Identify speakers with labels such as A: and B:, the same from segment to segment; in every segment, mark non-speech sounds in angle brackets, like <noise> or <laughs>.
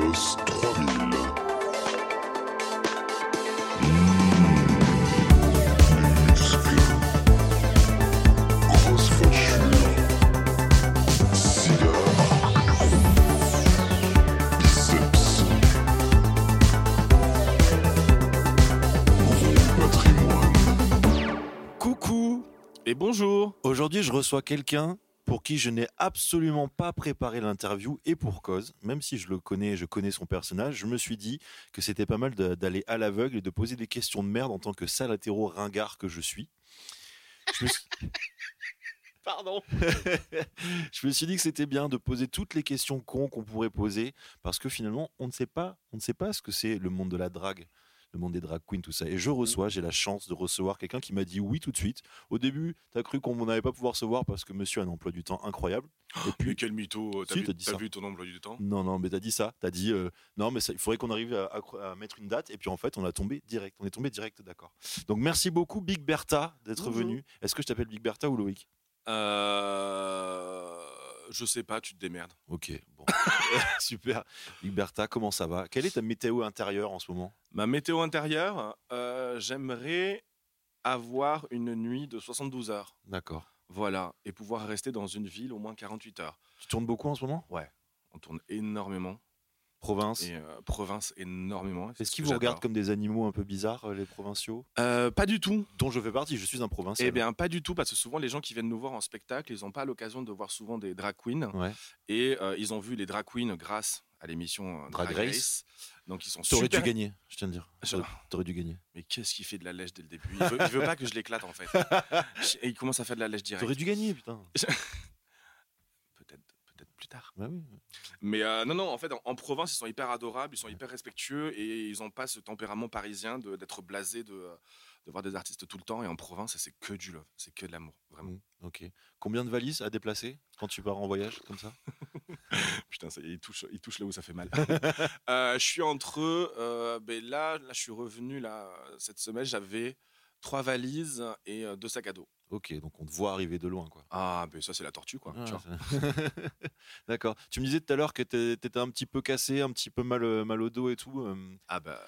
A: Virgos
B: Mmh.
A: 3000.
C: Coucou et bonjour.
B: Aujourd'hui, je reçois quelqu'un pour qui je n'ai absolument pas préparé l'interview et pour cause, même si je le connais, je connais son personnage, je me suis dit que c'était pas mal de- d'aller à l'aveugle et de poser des questions de merde en tant que salatéro ringard que je suis. Je me suis-
C: Pardon.
B: <laughs> je me suis dit que c'était bien de poser toutes les questions cons qu'on pourrait poser parce que finalement on ne sait pas on ne sait pas ce que c'est le monde de la drague le monde des drag queens tout ça et je reçois j'ai la chance de recevoir quelqu'un qui m'a dit oui tout de suite au début t'as cru qu'on n'allait pas pouvoir se voir parce que monsieur a un emploi du temps incroyable et
D: Mais
B: puis
D: quel mytho, euh, t'as
B: Si,
D: vu,
B: t'as dit
D: t'as
B: ça.
D: vu ton emploi du temps
B: non non mais t'as dit ça t'as dit euh, non mais ça- il faudrait qu'on arrive à, à cro- à mettre une date et puis en fait on a tombé direct on est tombé direct d'accord donc merci beaucoup Big Bertha d'être
C: Bonjour.
B: venu est-ce que je t'appelle Big Bertha ou Loïc
D: euh, Je sais pas, tu te démerdes.
B: Ok, bon. <laughs> Super. Liberta, comment ça va Quelle est ta météo intérieure en ce moment
D: Ma météo intérieure, euh, j'aimerais avoir une nuit de 72 heures.
B: D'accord.
D: Voilà, et pouvoir rester dans une ville au moins 48 heures.
B: Tu tournes beaucoup en ce moment
D: On tourne énormément,
B: Province
D: et euh, province énormément. et c'est
B: Est-ce
D: ce
B: qu'ils
D: que
B: vous regardent
D: j'adore.
B: comme des animaux un peu bizarres, euh, les provinciaux
D: Euh, Pas du tout.
B: Dont je fais partie, je suis un provincial.
D: Eh bien, pas du tout, parce que souvent, les gens qui viennent nous voir en spectacle, ils n'ont pas l'occasion de voir souvent des drag queens.
B: Ouais.
D: Et euh, ils ont vu les drag queens grâce à l'émission euh,
B: Drag
D: Drag,
B: Race.
D: Race. Donc, ils sont
B: T'aurais
D: super
B: dû gagner, je tiens de dire.
D: Je-
B: T'aurais- T'aurais dû gagner.
D: Mais qu'est-ce qu'il fait de la lèche dès le début il veut, il veut pas que je l'éclate <laughs> en fait. Et il commence à faire de la lèche direct.
B: T'aurais dû gagner, putain.
D: Peut-être peut-être plus tard.
B: Bah oui.
D: Mais euh, non, non, en fait, en, en province, ils sont hyper adorables, ils sont hyper respectueux et ils n'ont pas ce tempérament parisien de- d'être blasé, de, euh, de voir des artistes tout le temps. Et en province, c'est que du love, c'est que de l'amour, vraiment.
B: Mm. Ok. Combien de valises à déplacer quand tu pars en voyage comme ça
D: <laughs> Putain, ça y est, il touche, il touche là où ça fait mal. <laughs> Euh, je suis entre eux. euh, ben là, là, je suis revenu là, cette semaine, j'avais trois valises et euh, deux sacs à dos.
B: Ok, donc on te voit arriver de loin, quoi.
D: Ah, ben ça, c'est la tortue, quoi.
B: Ah,
D: tu vois.
B: ça- <laughs> D'accord. Tu me disais tout à l'heure que t'é- t'étais un petit peu cassé, un petit peu mal, euh, mal au dos et tout. euh,
D: Ah, bah.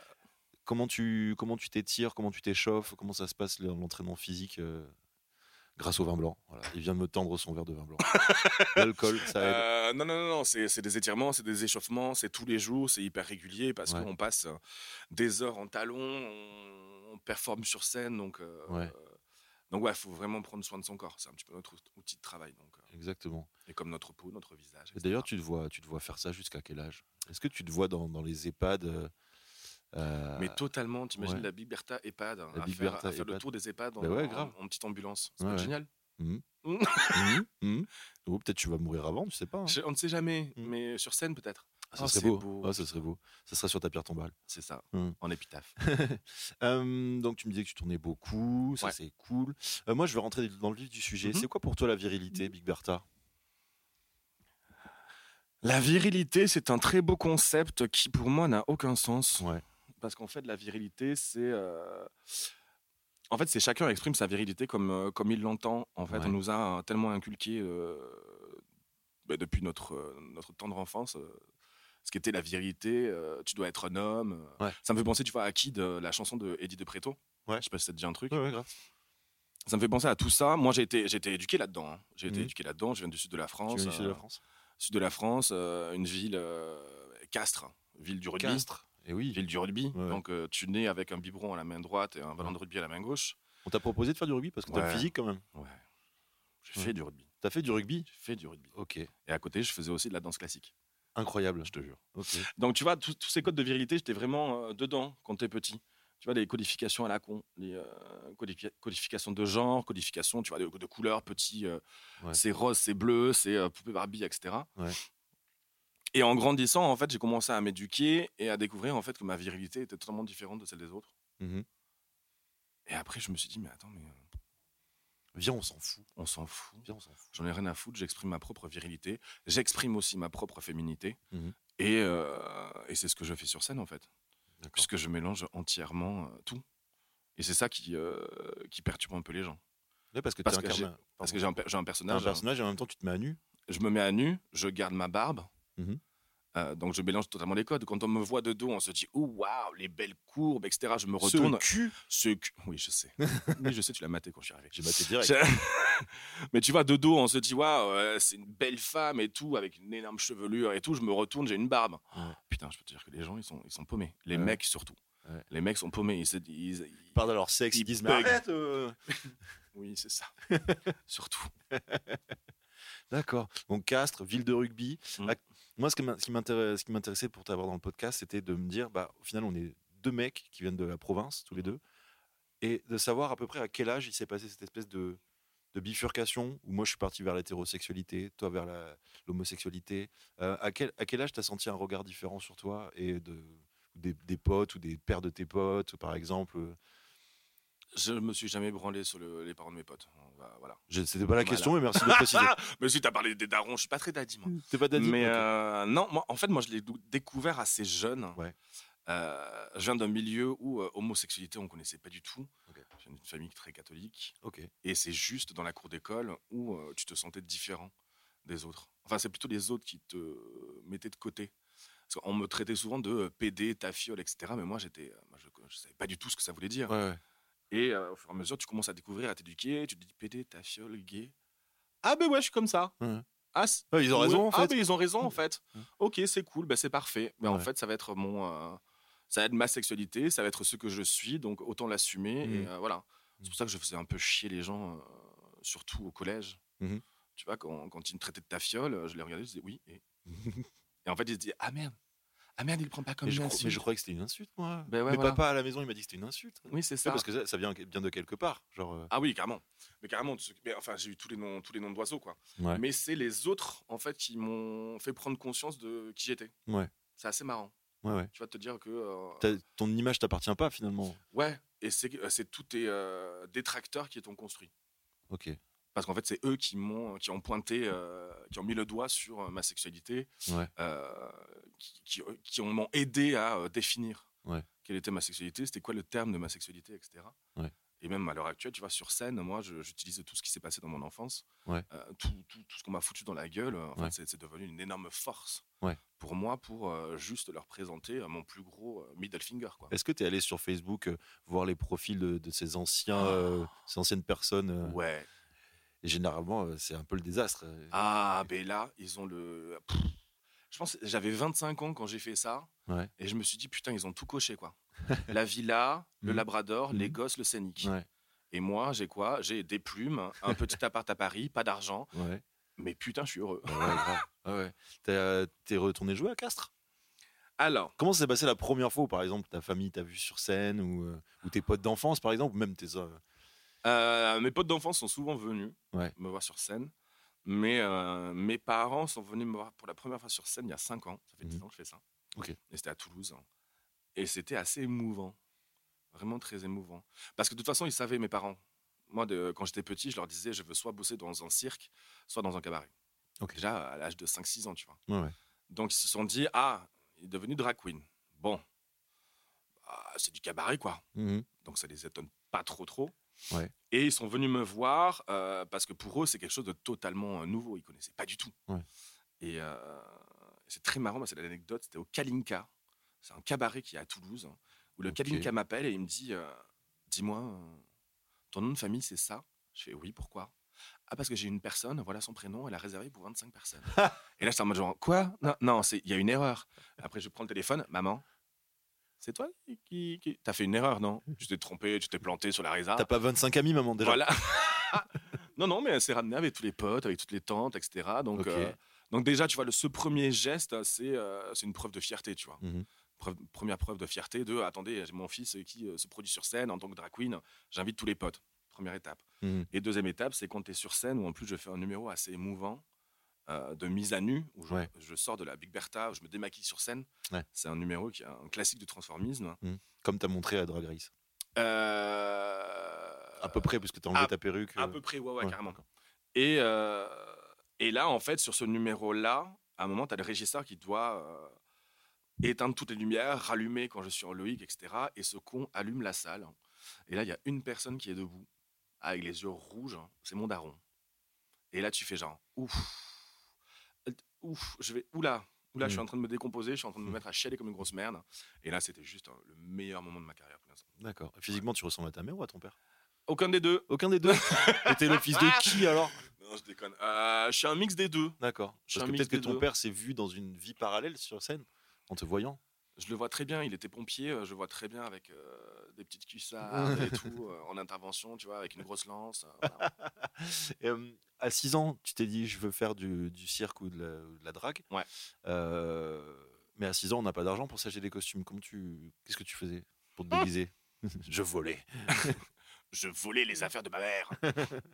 B: comment tu comment tu t'étires, comment tu t'échauffes, comment ça se passe le- l'entraînement physique euh, grâce au vin blanc. Voilà. Il vient de me tendre son verre de vin blanc. L'alcool, ça aide.
D: Euh, non, non, non, non, c'est c'est des étirements, c'est des échauffements, c'est tous les jours, c'est hyper régulier parce
B: Ouais.
D: qu'on passe euh, des heures en talons, on, on performe sur scène, donc euh,
B: Ouais.
D: euh, donc ouais, faut vraiment prendre soin de son corps, c'est un petit peu notre ou- outil de travail, donc euh,
B: Exactement.
D: et comme notre peau, notre visage.
B: Et D'ailleurs,
D: etc..
B: tu te vois tu te vois faire ça jusqu'à quel âge Est-ce que tu te vois dans, dans les EHPAD euh, euh,
D: mais totalement, t'imagines
B: ouais.
D: la Biberta EHPAD hein,
B: La
D: à,
B: Biberta
D: faire, à faire le
B: EHPAD.
D: tour des EHPAD en,
B: Bah ouais,
D: en-
B: grave.
D: en petite ambulance, c'est
B: Ouais,
D: pas
B: ouais.
D: génial.
B: hum, hum. Ou peut-être tu vas mourir avant, tu sais pas. hein.
D: Mmh Je- on ne sait jamais,
B: Mm.
D: mais sur scène peut-être.
B: Ah, ça
D: Oh,
B: serait
D: c'est
B: beau.
D: beau.
B: Ah, ça serait beau. Ça sera sur ta pierre tombale.
D: C'est ça,
B: Mm.
D: en épitaphe. <laughs>
B: Euh, donc tu me disais que tu tournais beaucoup, ça
D: Ouais.
B: c'est cool. Euh, moi je vais rentrer dans le vif du sujet.
D: Mhm.
B: C'est quoi pour toi la virilité, Big Bertha
D: La virilité, c'est un très beau concept qui, pour moi, n'a aucun sens.
B: Ouais.
D: Parce qu'en fait, la virilité, c'est. euh, En fait, c'est chacun exprime sa virilité comme, euh, comme il l'entend. En fait,
B: Ouais.
D: on nous a euh, tellement inculqué euh, bah, depuis notre, euh, notre tendre enfance. euh, ce qu'était la virilité, euh, tu dois être un homme. euh.
B: Ouais.
D: Ça me fait penser, tu vois, à Kid, euh, la chanson de Eddie de Preto.
B: Ouais.
D: Je sais pas si ça te dit un truc.
B: ouais, grave.
D: Ça me fait penser à tout ça. Moi, j'ai été, j'ai été éduqué là-dedans. hein. J'ai été
B: Mhm.
D: éduqué là-dedans. Je viens du sud de la
B: Tu
D: France.
B: viens du sud de
D: euh,
B: la France
D: sud de la France, euh, une ville, euh, Castres, ville du rugby.
B: Castres. Et oui.
D: Ville du rugby.
B: Ouais.
D: Donc euh, tu nais avec un biberon à la main droite et un ballon de rugby à la main gauche.
B: On t'a proposé de faire du rugby parce que t'as le
D: Ouais.
B: physique quand même.
D: Ouais. J'ai
B: Ouais.
D: fait du rugby.
B: T'as fait du rugby
D: J'ai fait du rugby.
B: Ok.
D: Et à côté, je faisais aussi de la danse classique.
B: Incroyable.
D: Je te jure.
B: Ok.
D: Donc tu vois, tous tous ces codes de virilité, j'étais vraiment euh, dedans quand t'es petit. Tu vois, les codifications à la con, les euh, codifi- codifications de genre, codifications, tu vois, de, de couleurs, petit, euh,
B: Ouais.
D: c'est rose, c'est bleu, c'est euh, poupée Barbie, etc.
B: Ouais.
D: Et en grandissant, en fait, j'ai commencé à m'éduquer et à découvrir en fait que ma virilité était totalement différente de celle des autres.
B: Mhm.
D: Et après, je me suis dit, mais attends, mais euh,
B: Viens, on s'en fout.
D: on s'en fout.
B: Viens, on s'en fout.
D: J'en ai rien à foutre, j'exprime ma propre virilité, j'exprime aussi ma propre féminité.
B: Mhm.
D: Et, euh, et c'est ce que je fais sur scène, en fait.
B: D'accord.
D: puisque je mélange entièrement euh, tout. Et c'est ça qui, euh, qui perturbe un peu les gens.
B: Ouais, parce que t'es
D: parce
B: un,
D: que
B: carna-
D: j'ai-
B: pardon.
D: Parce que j'ai un, per- j'ai un
B: T'as un
D: personnage,
B: personnage et en même temps tu te mets à nu.
D: hein. je me mets à nu, je garde ma barbe,
B: Mhm.
D: Euh, donc je mélange totalement les codes. Quand on me voit de dos, on se dit oh waouh les belles courbes, etc. Je me
B: Ce
D: retourne.
B: cul,
D: Ce cul- Oui,
B: <laughs>
D: je sais. oui, je sais, tu l'as maté quand je suis arrivé.
B: j'ai maté direct.
D: Je- Mais tu vois, de dos, on se dit, waouh, euh, c'est une belle femme et tout, avec une énorme chevelure et tout. Je me retourne, j'ai une barbe.
B: Ouais.
D: Putain, je peux te dire que les gens, ils sont, ils sont paumés. Les
B: Ouais.
D: mecs surtout.
B: Ouais.
D: Les mecs sont paumés. Ils se disent. ils-
B: Ils parlent de leur sexe, ils
D: Ils
B: disent mais
D: bug.
B: arrête, euh.
D: Oui, c'est ça. surtout.
B: <laughs> D'accord. Donc Castres, ville de rugby.
D: Mm.
B: Ah, Moi, ce qui m'in- ce qui m'intéresse- ce qui m'intéressait pour t'avoir dans le podcast, c'était de me dire, bah, au final, on est deux mecs qui viennent de la province, tous les deux, et de savoir à peu près à quel âge il s'est passé cette espèce de, de bifurcation, où moi, je suis parti vers l'hétérosexualité, toi vers la- l'homosexualité. Euh, à, quel, à quel âge tu as senti un regard différent sur toi et de, des, des potes ou des pères de tes potes, par exemple
D: Je me suis jamais branlé sur le- les parents de mes potes. On va- voilà.
B: Je- C'était pas la
D: Voilà.
B: question, mais merci de le préciser.
D: Mais si t'as parlé des darons, je suis pas très daddy, moi.
B: T'es pas daddy
D: Mais
B: ok.
D: euh, non, moi, en fait, moi, je l'ai dou- découvert assez jeune.
B: Ouais.
D: Euh, je viens d'un milieu où euh, homosexualité, on connaissait pas du tout.
B: Ok.
D: J'ai une famille très catholique.
B: Ok.
D: Et c'est juste dans la cour d'école où euh, tu te sentais différent des autres. Enfin, c'est plutôt les autres qui te mettaient de côté. Parce qu'on me traitait souvent de euh, PD, ta fiole, etc. Mais moi, j'étais, euh, moi, je ne savais pas du tout ce que ça voulait dire.
B: Ouais, ouais.
D: Et euh, au fur et à mesure, tu commences à découvrir, à t'éduquer. Tu te dis PD, ta fiole, gay. Ah, ben ouais, je suis comme ça.
B: Ouais.
D: Ah, c-
B: Ouais, Mmh. ils ont
D: ouais.
B: raison, en
D: Ah,
B: fait.
D: ben ils ont raison, en fait.
B: Ouais.
D: Ok, c'est cool, ben, c'est parfait. Mais en
B: Ouais.
D: fait, ça va être mon. euh, ça va être ma sexualité, ça va être ce que je suis, donc autant l'assumer.
B: Mhm.
D: Et euh, voilà.
B: Mhm.
D: C'est pour ça que je faisais un peu chier les gens, euh, surtout au collège.
B: Mhm.
D: Tu vois, quand, quand ils me traitaient de ta fiole, euh, je les regardais, je disais oui.
B: <laughs>
D: Et, et en fait, ils se disaient Ah merde, ah merde, il le prend pas comme
B: Mais je,
D: une
B: cro- mais je
D: insulte.
B: croyais que c'était une insulte, moi.
D: Ben ouais,
B: mais
D: voilà.
B: papa à la maison, il m'a dit que c'était une insulte. Ouais,
D: Oui, c'est ça.
B: parce que ça, ça vient bien de quelque part. Genre, euh,
D: Ah oui, carrément. Mais carrément, tu- mais enfin, j'ai eu tous les noms, tous les noms d'oiseaux, quoi.
B: Ouais.
D: Mais c'est les autres, en fait, qui m'ont fait prendre conscience de qui j'étais.
B: Ouais.
D: C'est assez marrant.
B: ouais, ouais.
D: Tu vas te dire que. euh,
B: T'as- ton image t'appartient pas finalement.
D: ouais. Et c'est euh, c'est tous tes euh, détracteurs qui t'ont construit.
B: Ok.
D: Parce qu'en fait, c'est eux qui m'ont, qui ont pointé, euh, qui ont mis le doigt sur euh, ma sexualité,
B: Ouais.
D: euh, qui, qui, qui ont- m'ont aidé à euh, définir
B: Ouais.
D: quelle était ma sexualité, c'était quoi le terme de ma sexualité, etc.
B: Ouais.
D: Et même à l'heure actuelle, tu vois, sur scène, moi, je- j'utilise tout ce qui s'est passé dans mon enfance,
B: Ouais.
D: euh, tout, tout- tout ce qu'on m'a foutu dans la gueule. euh, en fait,
B: Ouais.
D: c'est- c'est devenu une énorme force
B: Ouais.
D: pour moi, pour euh, juste leur présenter euh, mon plus gros euh, middle finger, quoi.
B: Est-ce que t'es allé sur Facebook euh, voir les profils de, de ces anciens, euh, ces anciennes personnes euh,
D: Ah. Ouais.
B: et Généralement, euh, c'est un peu le désastre. euh.
D: Ah, ben là, ils ont le. Pff. Je pense que j'avais 25 ans quand j'ai fait ça.
B: Ouais.
D: Et je me suis dit, putain, ils ont tout coché, quoi. <laughs> La villa, le
B: Mhm.
D: labrador, les
B: Mhm.
D: gosses, le scénic.
B: Ouais,
D: Et moi, j'ai quoi J'ai des plumes, un petit appart à Paris, pas d'argent.
B: ouais.
D: Mais putain, je suis heureux.
B: Bah ouais, grave. Ah ouais. T'as- euh, T'es retourné jouer à Castres
D: Alors,
B: Comment ça s'est passé la première fois où, par exemple, ta famille t'a vu sur scène ou, euh, ou tes potes d'enfance, par exemple, ou même tes. euh,
D: euh, mes potes d'enfance sont souvent venus
B: Ouais.
D: me voir sur scène. Mais euh, mes parents sont venus me voir pour la première fois sur scène il y a 5 ans. Ça fait 10
B: Mhm.
D: ans que je fais ça.
B: Ok.
D: Et c'était à Toulouse. hein. Et c'était assez émouvant. Vraiment très émouvant. Parce que de toute façon, ils savaient, mes parents. Moi, de, quand j'étais petit, je leur disais, je veux soit bosser dans un cirque, soit dans un cabaret.
B: Ok.
D: Déjà à l'âge de 5-6 ans, tu vois.
B: Ouais, ouais.
D: Donc ils se sont dit, ah, il est devenu drag queen. Bon, Ah, c'est du cabaret, quoi.
B: Mhm.
D: Donc ça les étonne pas trop trop.
B: Ouais.
D: Et ils sont venus me voir euh, parce que pour eux, c'est quelque chose de totalement euh, nouveau. Ils connaissaient pas du tout.
B: Ouais.
D: Et euh, c'est très marrant, parce que l'anecdote, c'était au Kalinka. C'est un cabaret qui est à Toulouse, hein, où le
B: Ok.
D: Kalinka m'appelle et il me dit euh, Dis-moi, euh, ton nom de famille, c'est ça Je fais Oui, pourquoi Ah, parce que j'ai une personne, voilà son prénom, elle a réservé pour 25 personnes. et là, c'est en mode genre, Quoi Non, non, c'est- il y a une erreur. Après, je prends le téléphone Maman, c'est toi qui. qui... T'as fait une erreur, non Tu t'es trompé, tu t'es planté sur la réserve.
B: T'as pas 25 amis, maman, déjà
D: Voilà. <laughs> non, non, mais elle s'est ramenée avec tous les potes, avec toutes les tantes, etc. Donc,
B: Ok.
D: euh, donc déjà, tu vois, le, ce premier geste, c'est euh, c'est une preuve de fierté, tu vois.
B: Mhm.
D: Preuve- première preuve de fierté de, attendez, j'ai mon fils qui euh, se produit sur scène en tant que drag queen, j'invite tous les potes. Première étape.
B: Mhm.
D: Et deuxième étape, c'est quand tu es sur scène, où en plus je fais un numéro assez émouvant euh, de mise à nu, où je,
B: Ouais.
D: je sors de la Big Bertha, où je me démaquille sur scène.
B: Ouais.
D: C'est un numéro qui est un classique du transformisme.
B: Comme t'as montré à Drag Race.
D: Euh,
B: À peu près, parce que t'as enlevé ta perruque.
D: À
B: euh,
D: peu près, ouais, ouais,
B: ouais,
D: carrément.
B: d'accord.
D: Et, euh, et là, en fait, sur ce numéro-là, à un moment, tu as le régisseur qui doit euh, éteindre toutes les lumières, rallumer quand je suis en Loïc, etc. Et ce con allume la salle. Et là, il y a une personne qui est debout, avec les yeux rouges. hein, C'est mon daron. Et là, tu fais genre, ouf, ouf, je vais, oula, Où là, je suis
B: Mm.
D: en train de me décomposer, je suis en train de me
B: Mm.
D: mettre à chialer comme une grosse merde. Et là, c'était juste hein, le meilleur moment de ma carrière pour l'instant.
B: D'accord. Physiquement, tu ressembles à ta mère ou à ton père
D: Aucun des deux. Ah
B: Aucun des deux. Et <laughs> t'es le fils de qui alors
D: Non, je déconne. Euh, je suis un mix des deux.
B: D'accord.
D: Je suis
B: Parce que
D: un mix
B: peut-être que
D: des
B: ton
D: deux.
B: père s'est vu dans une vie parallèle sur scène en te voyant.
D: Je le vois très bien, il était pompier, euh, je le vois très bien avec euh, des petites cuissardes et
B: <laughs>
D: tout, euh, en intervention, tu vois, avec une grosse lance. euh, voilà.
B: Et, euh, à 6 ans, tu t'es dit je veux faire du, du cirque ou de la, ou de la drague.
D: Ouais.
B: Euh, mais à 6 ans, on n'a pas d'argent pour s'acheter des costumes. Comment tu Qu'est-ce que tu faisais pour te
D: <laughs>
B: déguiser Je volais.
D: Je volais les affaires de
B: <laughs>
D: ma mère.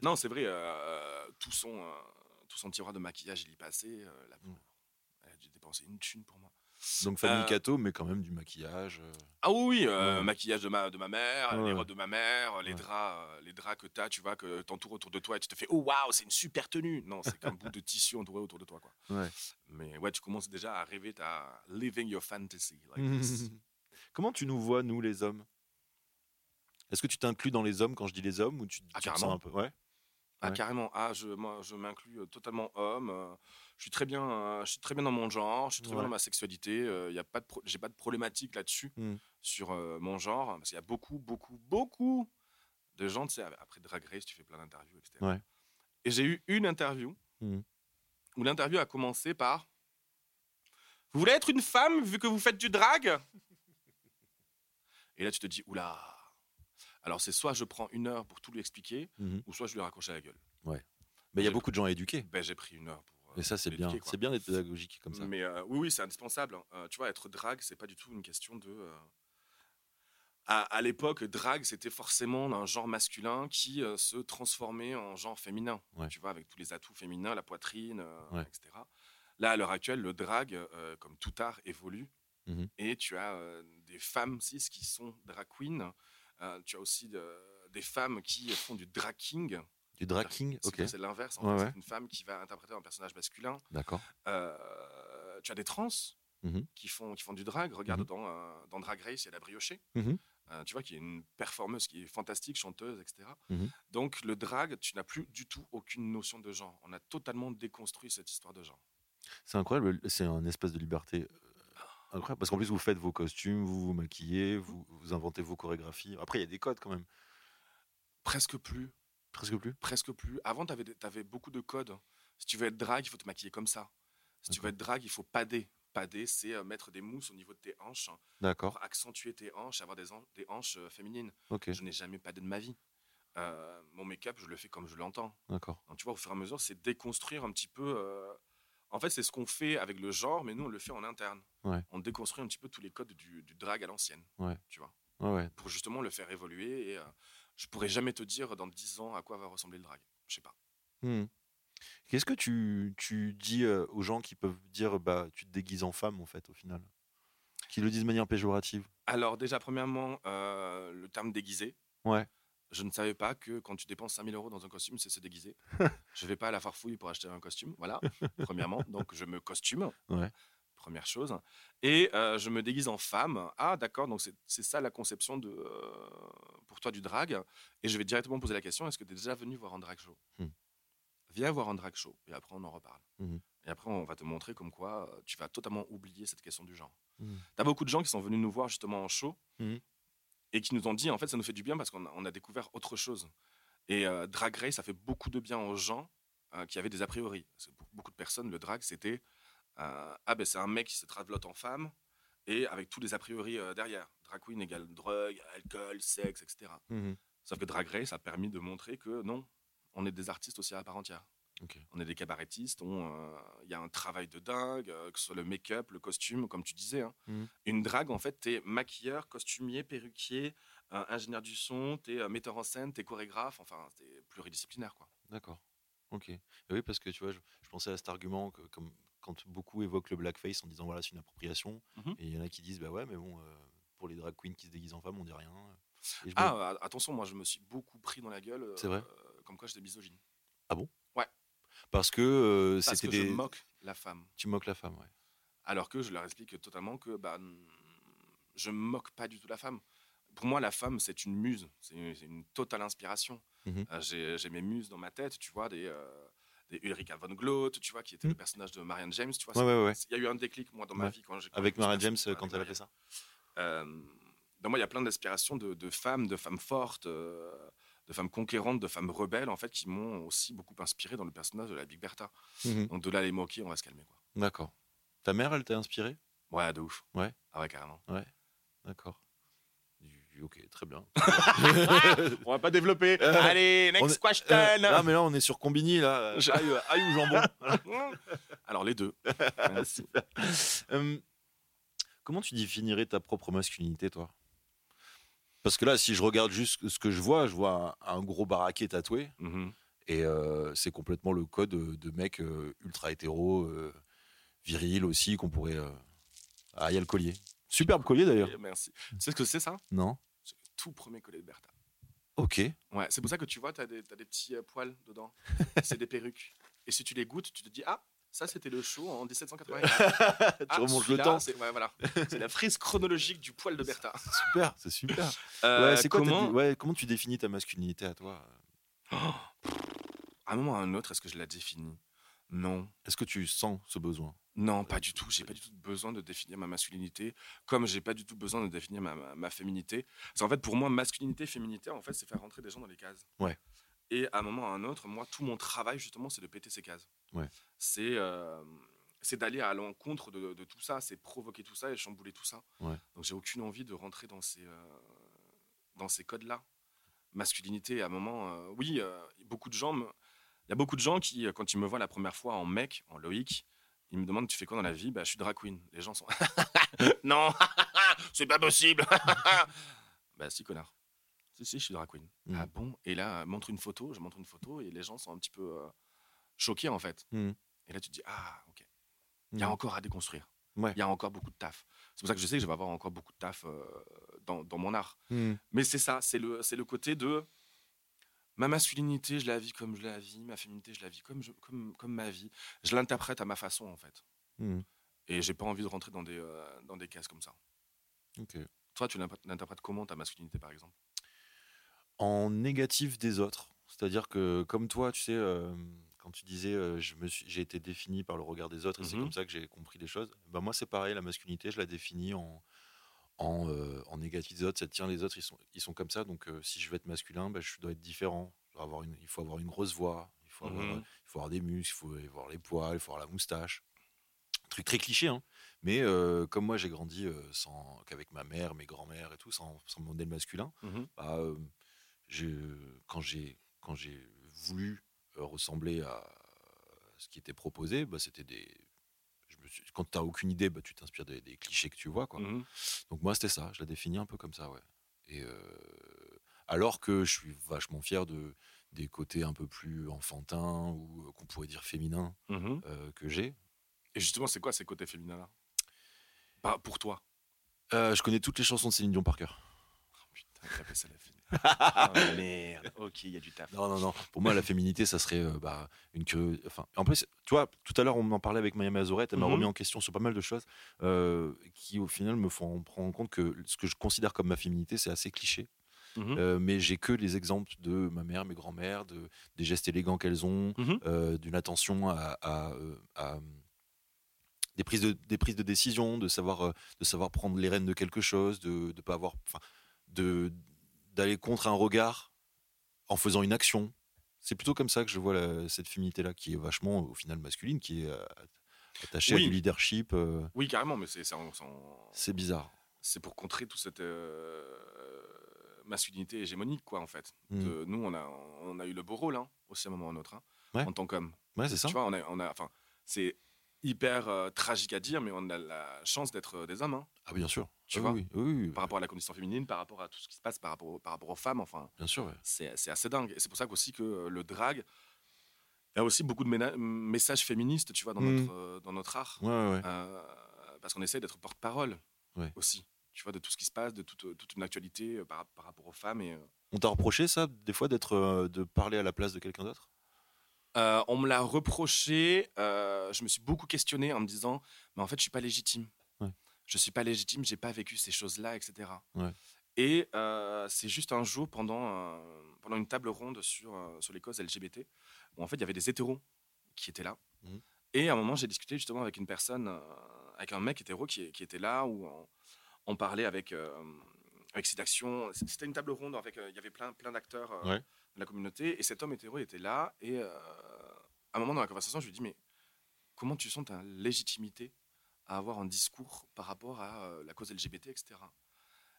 D: non, c'est vrai, euh, tout, son, euh, tout son tiroir de maquillage, il y passait. euh,
B: Mmh.
D: la pauvre. Elle a dû dépenser une thune pour moi.
B: Donc famille
D: Euh.
B: catho, mais quand même du maquillage. euh.
D: Ah oui, oui, euh,
B: Ouais.
D: maquillage de ma, de ma mère,
B: Ouais.
D: les robes de ma mère, les
B: Ouais.
D: draps, euh, les draps que t'as, tu vois, que t'entoures autour de toi et tu te fais oh waouh, c'est une super tenue. Non, c'est qu'un bout de tissu entouré autour de toi, quoi.
B: Ouais.
D: Mais ouais, tu commences déjà à rêver, ta living your fantasy.
B: <laughs>
D: Like this.
B: Comment tu nous vois nous les hommes Est-ce que tu t'inclus dans les hommes quand je dis les hommes ou tu,
D: Ah,
B: tu te sens
D: carrément.
B: un peu Ouais.
D: Ah
B: Ouais.
D: carrément, ah je moi je m'inclus euh, totalement homme. euh, je suis très bien, euh, je suis très bien dans mon genre, je suis très
B: Ouais.
D: bien dans ma sexualité. euh, Il y a pas de pro- j'ai pas de problématique là-dessus
B: Mm.
D: sur euh, mon genre parce qu'il y a beaucoup beaucoup beaucoup de gens tu sais av- après Drag Race tu fais plein d'interviews etc.
B: Ouais.
D: Et j'ai eu une interview
B: Mm.
D: où l'interview a commencé par vous voulez être une femme vu que vous faites du drag Et là tu te dis oula alors c'est soit je prends une heure pour tout lui expliquer
B: Mhm.
D: ou soit je lui raccroche à la gueule.
B: Mais il y a
D: J'ai-
B: beaucoup de gens à éduquer.
D: Ben, j'ai pris une heure pour. euh,
B: Et ça c'est bien.
D: l'éduquer, quoi.
B: C'est bien d'être pédagogique comme ça.
D: Mais euh, oui, oui, c'est indispensable. hein. Euh, tu vois, être drague, c'est pas du tout une question de. euh, À, à l'époque, drague, c'était forcément un genre masculin qui euh, se transformait en genre féminin.
B: Ouais.
D: Tu vois, avec tous les atouts féminins, la poitrine, euh,
B: Ouais.
D: etc. Là, à l'heure actuelle, le drague, euh, comme tout art, évolue.
B: Mhm.
D: Et tu as euh, des femmes cis qui sont drag queens. Euh, tu as aussi euh, des femmes qui font du drag king.
B: Du draking,
D: C'est
B: ok.
D: c'est l'inverse. en
B: Ouais,
D: fait.
B: ouais.
D: C'est une femme qui va interpréter un personnage masculin.
B: D'accord.
D: Euh, tu as des trans
B: Mhm.
D: qui, font, qui font du drag. Regarde
B: Mhm.
D: dans, euh, dans Drag Race, il y a la briochée.
B: Mhm.
D: Euh, tu vois, qui est une performeuse qui est fantastique, chanteuse, etc.
B: Mhm.
D: Donc, le drag, tu n'as plus du tout aucune notion de genre. On a totalement déconstruit cette histoire de genre.
B: C'est incroyable, c'est un espace de liberté euh, incroyable. Parce qu'en plus, vous faites vos costumes, vous vous maquillez, vous, vous inventez vos chorégraphies. Après, il y a des codes quand même.
D: Presque plus.
B: Presque plus.
D: Presque plus. Avant, tu avais, beaucoup de codes. Si tu veux être drag, il faut te maquiller comme ça. Si tu veux être drag, il faut pader. Pader, c'est euh, mettre des mousses au niveau de tes hanches
B: D'accord,
D: pour accentuer tes hanches, avoir des, han- des hanches euh, féminines.
B: ok,
D: Je n'ai jamais padé de ma vie. Euh, mon make-up, je le fais comme je l'entends.
B: d'accord.
D: Donc, tu vois, au fur et à mesure, c'est déconstruire un petit peu. euh, En fait, c'est ce qu'on fait avec le genre, mais nous, on le fait en interne.
B: Ouais.
D: On déconstruit un petit peu tous les codes du, du drag à l'ancienne.
B: Ouais.
D: Tu vois,
B: Ouais, ouais.
D: pour justement le faire évoluer. Et, euh, je pourrais jamais te dire dans 10 ans à quoi va ressembler le drag. Je sais pas.
B: Hmm. Qu'est-ce que tu, tu dis euh, aux gens qui peuvent dire bah tu te déguises en femme en fait au final Qui le disent de manière péjorative
D: Alors, déjà, premièrement, euh, le terme déguisé.
B: Ouais.
D: Je ne savais pas que quand tu dépenses 5000 euros dans un costume, c'est
B: <laughs>
D: se déguiser. je vais pas à la farfouille pour acheter un costume. Voilà,
B: <laughs>
D: premièrement. Donc, je me costume.
B: Ouais.
D: Première chose. Et euh, je me déguise en femme. Ah, d'accord. Donc, c'est- c'est ça la conception de, euh, pour toi du drag. Et je vais directement poser la question est-ce que tu es déjà venu voir un drag show
B: Hmm.
D: Viens voir un drag show. Et après, on en reparle.
B: Mhm.
D: Et après, on va te montrer comme quoi euh, tu vas totalement oublier cette question du genre.
B: Mhm.
D: T'as beaucoup de gens qui sont venus nous voir justement en show
B: Mhm.
D: et qui nous ont dit en fait ça nous fait du bien parce qu'on a, on a découvert autre chose. Et euh, Drag Race, ça fait beaucoup de bien aux gens euh, qui avaient des a priori. Parce que pour beaucoup de personnes, le drag, c'était euh, ah ben c'est un mec qui se travelote en femme et avec tous les a priori euh, derrière. Drag queen égale drogue, alcool, sexe, etc. Sauf que Drag Race a permis de montrer que non, on est des artistes aussi à part entière.
B: Ok.
D: On est des cabarettistes, on, euh, il y a un travail de dingue, euh, que ce soit le make-up, le costume, comme tu disais. hein.
B: Mhm.
D: Une drague, en fait, t'es maquilleur, costumier, perruquier, euh, ingénieur du son, t'es es metteur en scène, t'es chorégraphe, enfin, t'es pluridisciplinaire, quoi.
B: D'accord, ok. Et oui parce que tu vois, je, je pensais à cet argument que, comme quand beaucoup évoquent le blackface en disant voilà c'est une appropriation
D: Mhm.
B: et il y en a qui disent bah ouais mais bon euh, pour les drag queens qui se déguisent en femme on dit rien. Et je me-
D: Ah, a- attention, moi, je me suis beaucoup pris dans la gueule. euh,
B: C'est vrai
D: euh, Comme quoi, j'étais misogyne.
B: Parce que euh,
D: Parce
B: c'était
D: que
B: des.
D: je moque la femme.
B: Tu moques la femme, ouais.
D: Alors que je leur explique totalement que bah, n- je me moque pas du tout la femme. Pour moi, la femme, c'est une muse, c'est une, c'est une totale inspiration.
B: Mhm.
D: Euh, J'ai j'ai mes muses dans ma tête, tu vois, des, euh, des Ulrika von Gloat, tu vois, qui était
B: Mm.
D: le personnage de Marianne James, tu vois.
B: Ouais,
D: c'est-
B: ouais, ouais.
D: Il y a eu un déclic, moi, dans ma
B: Ouais.
D: vie. quand j'ai
B: Avec
D: connu ce
B: Mara James
D: personnage,
B: euh,
D: avec
B: quand elle a fait ça.
D: euh, dans moi, il y a plein d'inspirations de, de femmes, de femmes fortes, euh, de femmes conquérantes, de femmes rebelles, en fait, qui m'ont aussi beaucoup inspiré dans le personnage de la Big Bertha.
B: Mhm.
D: Donc de là, les moquer, on va se calmer, quoi.
B: D'accord. Ta mère, elle t'a inspiré
D: Ouais, de ouf.
B: Ouais.
D: Ah ouais, carrément.
B: D'accord. Du- Ok, très bien.
C: On va pas développer.
B: Euh,
D: <laughs>
C: Allez, next
B: on est-
C: question.
B: Euh, non, mais là, on est sur Combini, là.
D: Je-
B: Aïe, euh, aïe ou
D: <laughs>
B: jambon.
D: Alors les deux. Merci.
B: Hum, comment tu définirais ta propre masculinité, toi Parce que là, si je regarde juste ce que je vois, je vois un, un gros baraquet tatoué.
D: Mhm.
B: Et euh, c'est complètement le code euh, de mec euh, ultra hétéro, euh, viril aussi, qu'on pourrait. euh, Ah, il y a le collier. Superbe collier, d'ailleurs.
D: Et euh, Merci. Tu sais ce que c'est ça
B: Non
D: C'est le tout premier collet de Bertha.
B: Ok.
D: Ouais, c'est pour ça que tu vois, t'as des, t'as des petits euh, poils <laughs> dedans. c'est des perruques. Et si tu les goûtes, tu te dis ah. Ça, c'était le show en 1784. <laughs>
B: Tu
D: Ah,
B: remontes le
D: celui-là,
B: temps.
D: C'est ouais, voilà. C'est la frise chronologique du poil de Bertha.
B: Super, c'est super.
D: Euh,
B: Ouais, c'est quoi ta-
D: comment
B: ouais, comment tu définis ta masculinité à toi
D: à un moment ou à un autre, est-ce que je la définis Non.
B: Est-ce que tu sens ce besoin
D: Non, pas du tout. J'ai pas du tout besoin de définir ma masculinité, comme j'ai pas du tout besoin de définir ma, ma- ma féminité. Parce qu'en fait, pour moi, masculinité, féminité, en fait, c'est faire rentrer des gens dans les cases.
B: Ouais.
D: Et à un moment ou à un autre, moi, tout mon travail, justement, c'est de péter ces cases.
B: Ouais.
D: C'est euh, c'est d'aller à l'encontre de, de tout ça, c'est provoquer tout ça et chambouler tout ça.
B: Ouais.
D: Donc, j'ai aucune envie de rentrer dans ces, euh, dans ces codes-là. Masculinité, à un moment, euh, oui, euh, beaucoup de gens me- Il y a beaucoup de gens qui, euh, quand ils me voient la première fois en mec, en Loïc, ils me demandent Tu fais quoi dans la vie Bah, je suis drag queen. Les gens sont <laughs> Non, <laughs> c'est pas possible <laughs> Bah, si, connard. Si, si, je suis drag queen.
B: Mhm.
D: Ah bon Et là, euh, montre une photo, je montre une photo et les gens sont un petit peu euh, choqués en fait.
B: Mhm.
D: Et là, tu te dis Ah, ok. Il y a
B: Mhm.
D: encore à déconstruire.
B: Ouais.
D: Il y a encore beaucoup de taf. C'est pour ça que je sais que je vais avoir encore beaucoup de taf euh, dans, dans mon art. Mais c'est ça, c'est le, c'est le côté de ma masculinité, je la vis comme je la vis, ma féminité, je la vis comme, je- comme, comme ma vie. Je l'interprète à ma façon, en fait.
B: Mhm.
D: Et j'ai pas envie de rentrer dans des, euh, dans des cases comme ça.
B: Ok.
D: Toi, tu l'imp- l'interprètes comment ta masculinité, par exemple
B: en négatif des autres. C'est-à-dire que, comme toi, tu sais, euh, quand tu disais euh, je me suis- j'ai été défini par le regard des autres et c'est
D: Mhm.
B: comme ça que j'ai compris les choses, ben moi, c'est pareil, la masculinité, je la définis en, en, euh, en négatif des autres. C'est tiens, les autres, ils sont, ils sont comme ça, donc euh, si je veux être masculin, ben, je dois être différent. Je dois avoir une- il faut avoir une grosse voix, il faut, avoir,
D: Mhm.
B: il faut avoir des muscles, il faut avoir les poils, il faut avoir la moustache. Truc très cliché, hein. mais euh, comme moi, j'ai grandi euh, sans, qu'avec ma mère, mes grands-mères et tout, sans, sans modèle masculin
D: Mmh
B: bah, euh, je- quand j'ai quand j'ai voulu euh, ressembler à ce qui était proposé, bah, c'était des je me suis- quand t'as aucune idée, bah, tu t'inspires des, des clichés que tu vois. Quoi.
D: Mhm.
B: Donc moi, c'était ça. Je la définis un peu comme ça, ouais. Et euh, alors que je suis vachement fier de des côtés un peu plus enfantins ou euh, qu'on pourrait dire féminins
D: Mhm.
B: euh, que j'ai.
D: Et justement, c'est quoi ces côtés féminins-là Bah, Pour toi.
B: Euh, je connais toutes les chansons de Céline Dion par cœur.
D: Oh, Putain, il appelle ça la féminine. <laughs> Ah, merde. Ok, il y a du taf.
B: Non, non, non. Pour moi, la féminité, ça serait euh, bah, une curieuse. Enfin, en plus, tu vois, tout à l'heure, on en parlait avec Maya Mazorette. Elle m'a
D: Mhm.
B: remis en question sur pas mal de choses euh, qui, au final, me font prendre compte que ce que je considère comme ma féminité, c'est assez cliché.
D: Mhm.
B: Euh, mais j'ai que les exemples de ma mère, mes grands-mères, de, des gestes élégants qu'elles ont,
D: Mhm.
B: euh, d'une attention à. à, euh, à, euh, des prises, de, des prises de décision, de savoir, euh, de savoir prendre les rênes de quelque chose, de ne pas avoir, enfin, de d'aller contre un regard en faisant une action. C'est plutôt comme ça que je vois la- cette féminité-là, qui est vachement, au final, masculine, qui est euh, attachée
D: Oui.
B: à du leadership. euh,
D: Oui, carrément, mais c'est c'est en- c'est en-
B: c'est bizarre.
D: c'est pour contrer toute cette euh, masculinité hégémonique, quoi, en fait.
B: Mm.
D: De- nous, on a, on a eu le beau rôle, hein, aussi à un moment ou à un autre, hein,
B: Ouais.
D: en tant qu'homme.
B: Ouais, c'est ça.
D: Tu vois, on a, on a, enfin, c'est hyper euh, tragique à dire, mais on a la chance d'être euh, des hommes, hein,
B: Ah, bien sûr.
D: Tu
B: Ah
D: vois
B: oui, oui, oui, oui,
D: par rapport à la condition féminine, par rapport à tout ce qui se passe, par rapport, au- par rapport aux femmes, enfin,
B: bien sûr. ouais.
D: c'est c'est assez dingue. Et c'est pour ça qu'aussi que euh, le drag, il y a aussi beaucoup de ména- messages féministes, tu vois, dans,
B: Mm.
D: notre, euh, dans notre art.
B: Ouais, ouais, ouais.
D: Euh, parce qu'on essaie d'être porte-parole
B: Ouais.
D: aussi, tu vois, de tout ce qui se passe, de toute, euh, toute une actualité euh, par, par rapport aux femmes. Et, euh,
B: On t'a reproché ça, des fois, d'être, euh, de parler à la place de quelqu'un d'autre
D: euh, on me l'a reproché, euh, je me suis beaucoup questionné en me disant, mais en fait, je suis pas légitime.
B: Ouais.
D: Je suis pas légitime, j'ai pas vécu ces choses-là, etc.
B: Ouais.
D: Et euh, c'est juste un jour pendant, euh, pendant une table ronde sur, euh, sur les causes LGBT, où en fait, il y avait des hétéros qui était là.
B: Mhm.
D: Et à un moment, j'ai discuté justement avec une personne, euh, avec un mec hétéro qui, qui était là, où on, on parlait avec, euh, avec cette action. C'était une table ronde, avec, euh, il y avait plein, plein d'acteurs euh,
B: Ouais.
D: de la communauté. Et cet homme hétéro était là. Et euh, à un moment dans la conversation, je lui dis Mais comment tu sens ta légitimité à avoir un discours par rapport à euh, la cause LGBT, etc.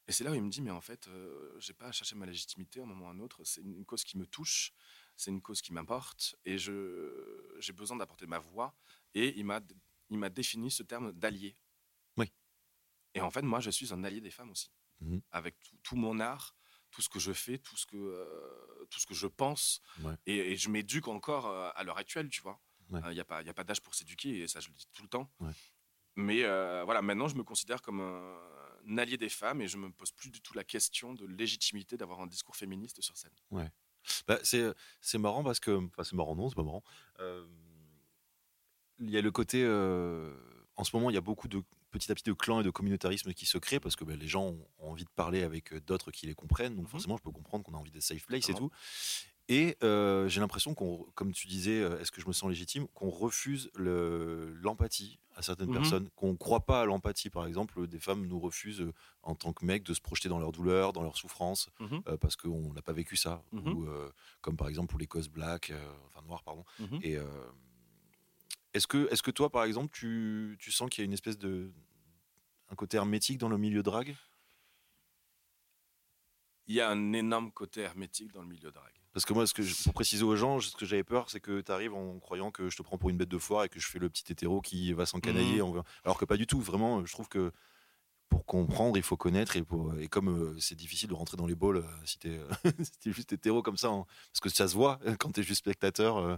D: Et c'est là où il me dit, mais en fait, euh, j'ai pas à chercher ma légitimité à un moment ou à un autre. C'est une une cause qui me touche, c'est une cause qui m'importe, et je j'ai besoin d'apporter ma voix. Et il m'a il m'a défini ce terme d'allié.
B: Oui.
D: Et en fait, moi, je suis un allié des femmes aussi,
B: Mhm.
D: avec tout, tout mon art, tout ce que je fais, tout ce que euh, tout ce que je pense,
B: Ouais.
D: et, et je m'éduque encore euh, à l'heure actuelle, tu vois. Euh, Il
B: Ouais.
D: n'y a pas y a pas d'âge pour s'éduquer, et ça, je le dis tout le temps. Mais euh, voilà, maintenant, je me considère comme un allié des femmes et je me pose plus du tout la question de légitimité d'avoir un discours féministe sur scène.
B: Bah, c'est, c'est marrant parce que. Enfin, c'est marrant, non, c'est pas marrant. Euh, Il y a le côté. euh, en ce moment, il y a beaucoup de petit à petit de clans et de communautarisme qui se créent parce que bah, les gens ont ont envie de parler avec euh, d'autres qui les comprennent. Donc,
D: Mhm.
B: forcément, je peux comprendre qu'on a envie des safe place et
D: Clairement.
B: tout. Et euh, j'ai l'impression qu'on, comme tu disais, euh, est-ce que je me sens légitime, qu'on refuse le, l'empathie à certaines
D: Mhm.
B: personnes, qu'on ne croit pas à l'empathie. Par exemple, des femmes nous refusent, euh, en tant que mecs, de se projeter dans leur douleur, dans leur souffrance,
D: Mhm.
B: euh, parce qu'on n'a pas vécu ça.
D: Mhm.
B: Ou, euh, comme par exemple pour les causes black, euh, enfin noires, pardon.
D: Mhm.
B: Et euh, est-ce que, est-ce que toi, par exemple, tu, tu sens qu'il y a une espèce de un côté hermétique dans le milieu drague
D: Il y a un énorme côté hermétique dans le milieu drague.
B: Parce que moi, ce que je- pour préciser aux gens, ce que j'avais peur, c'est que tu arrives en croyant que je te prends pour une bête de foire et que je fais le petit hétéro qui va s'encanailler.
D: Mhm.
B: on va- Alors que pas du tout. Vraiment, je trouve que pour comprendre, il faut connaître. Et, pour- et comme euh, c'est difficile de rentrer dans les bols euh, si t'es <laughs> si t'es juste hétéro comme ça, hein. parce que ça se voit <laughs> euh, quand t'es juste spectateur. euh,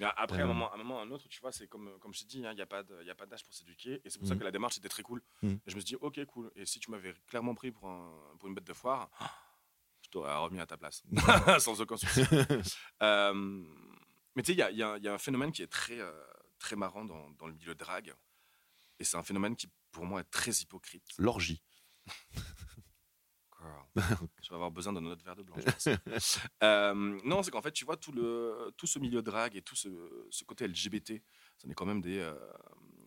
D: Mais après, à
B: Euh.
D: un moment, à un moment, à un autre, tu vois, c'est comme, comme je t'ai dit, hein, il n'y a pas de- il y a pas d'âge pour s'éduquer. Et c'est pour ça
B: Mhm.
D: que la démarche était très cool.
B: Mhm.
D: Et je me suis dit, ok, cool. Et si tu m'avais clairement pris pour, un- pour une bête de foire, <gasps> je t'aurais remis à ta place. <laughs> Sans aucun souci. Euh, mais tu sais, il y a, il y a un- il y a un phénomène qui est très, euh, très marrant dans, dans le milieu drague. Et c'est un phénomène qui, pour moi, est très hypocrite.
B: L'orgie.
D: Girl. je vais avoir besoin d'un autre verre de blanc. je pense. Euh, non, c'est qu'en fait, tu vois, tout, le, tout ce milieu drague et tout ce, ce côté LGBT, ça est quand même des, euh,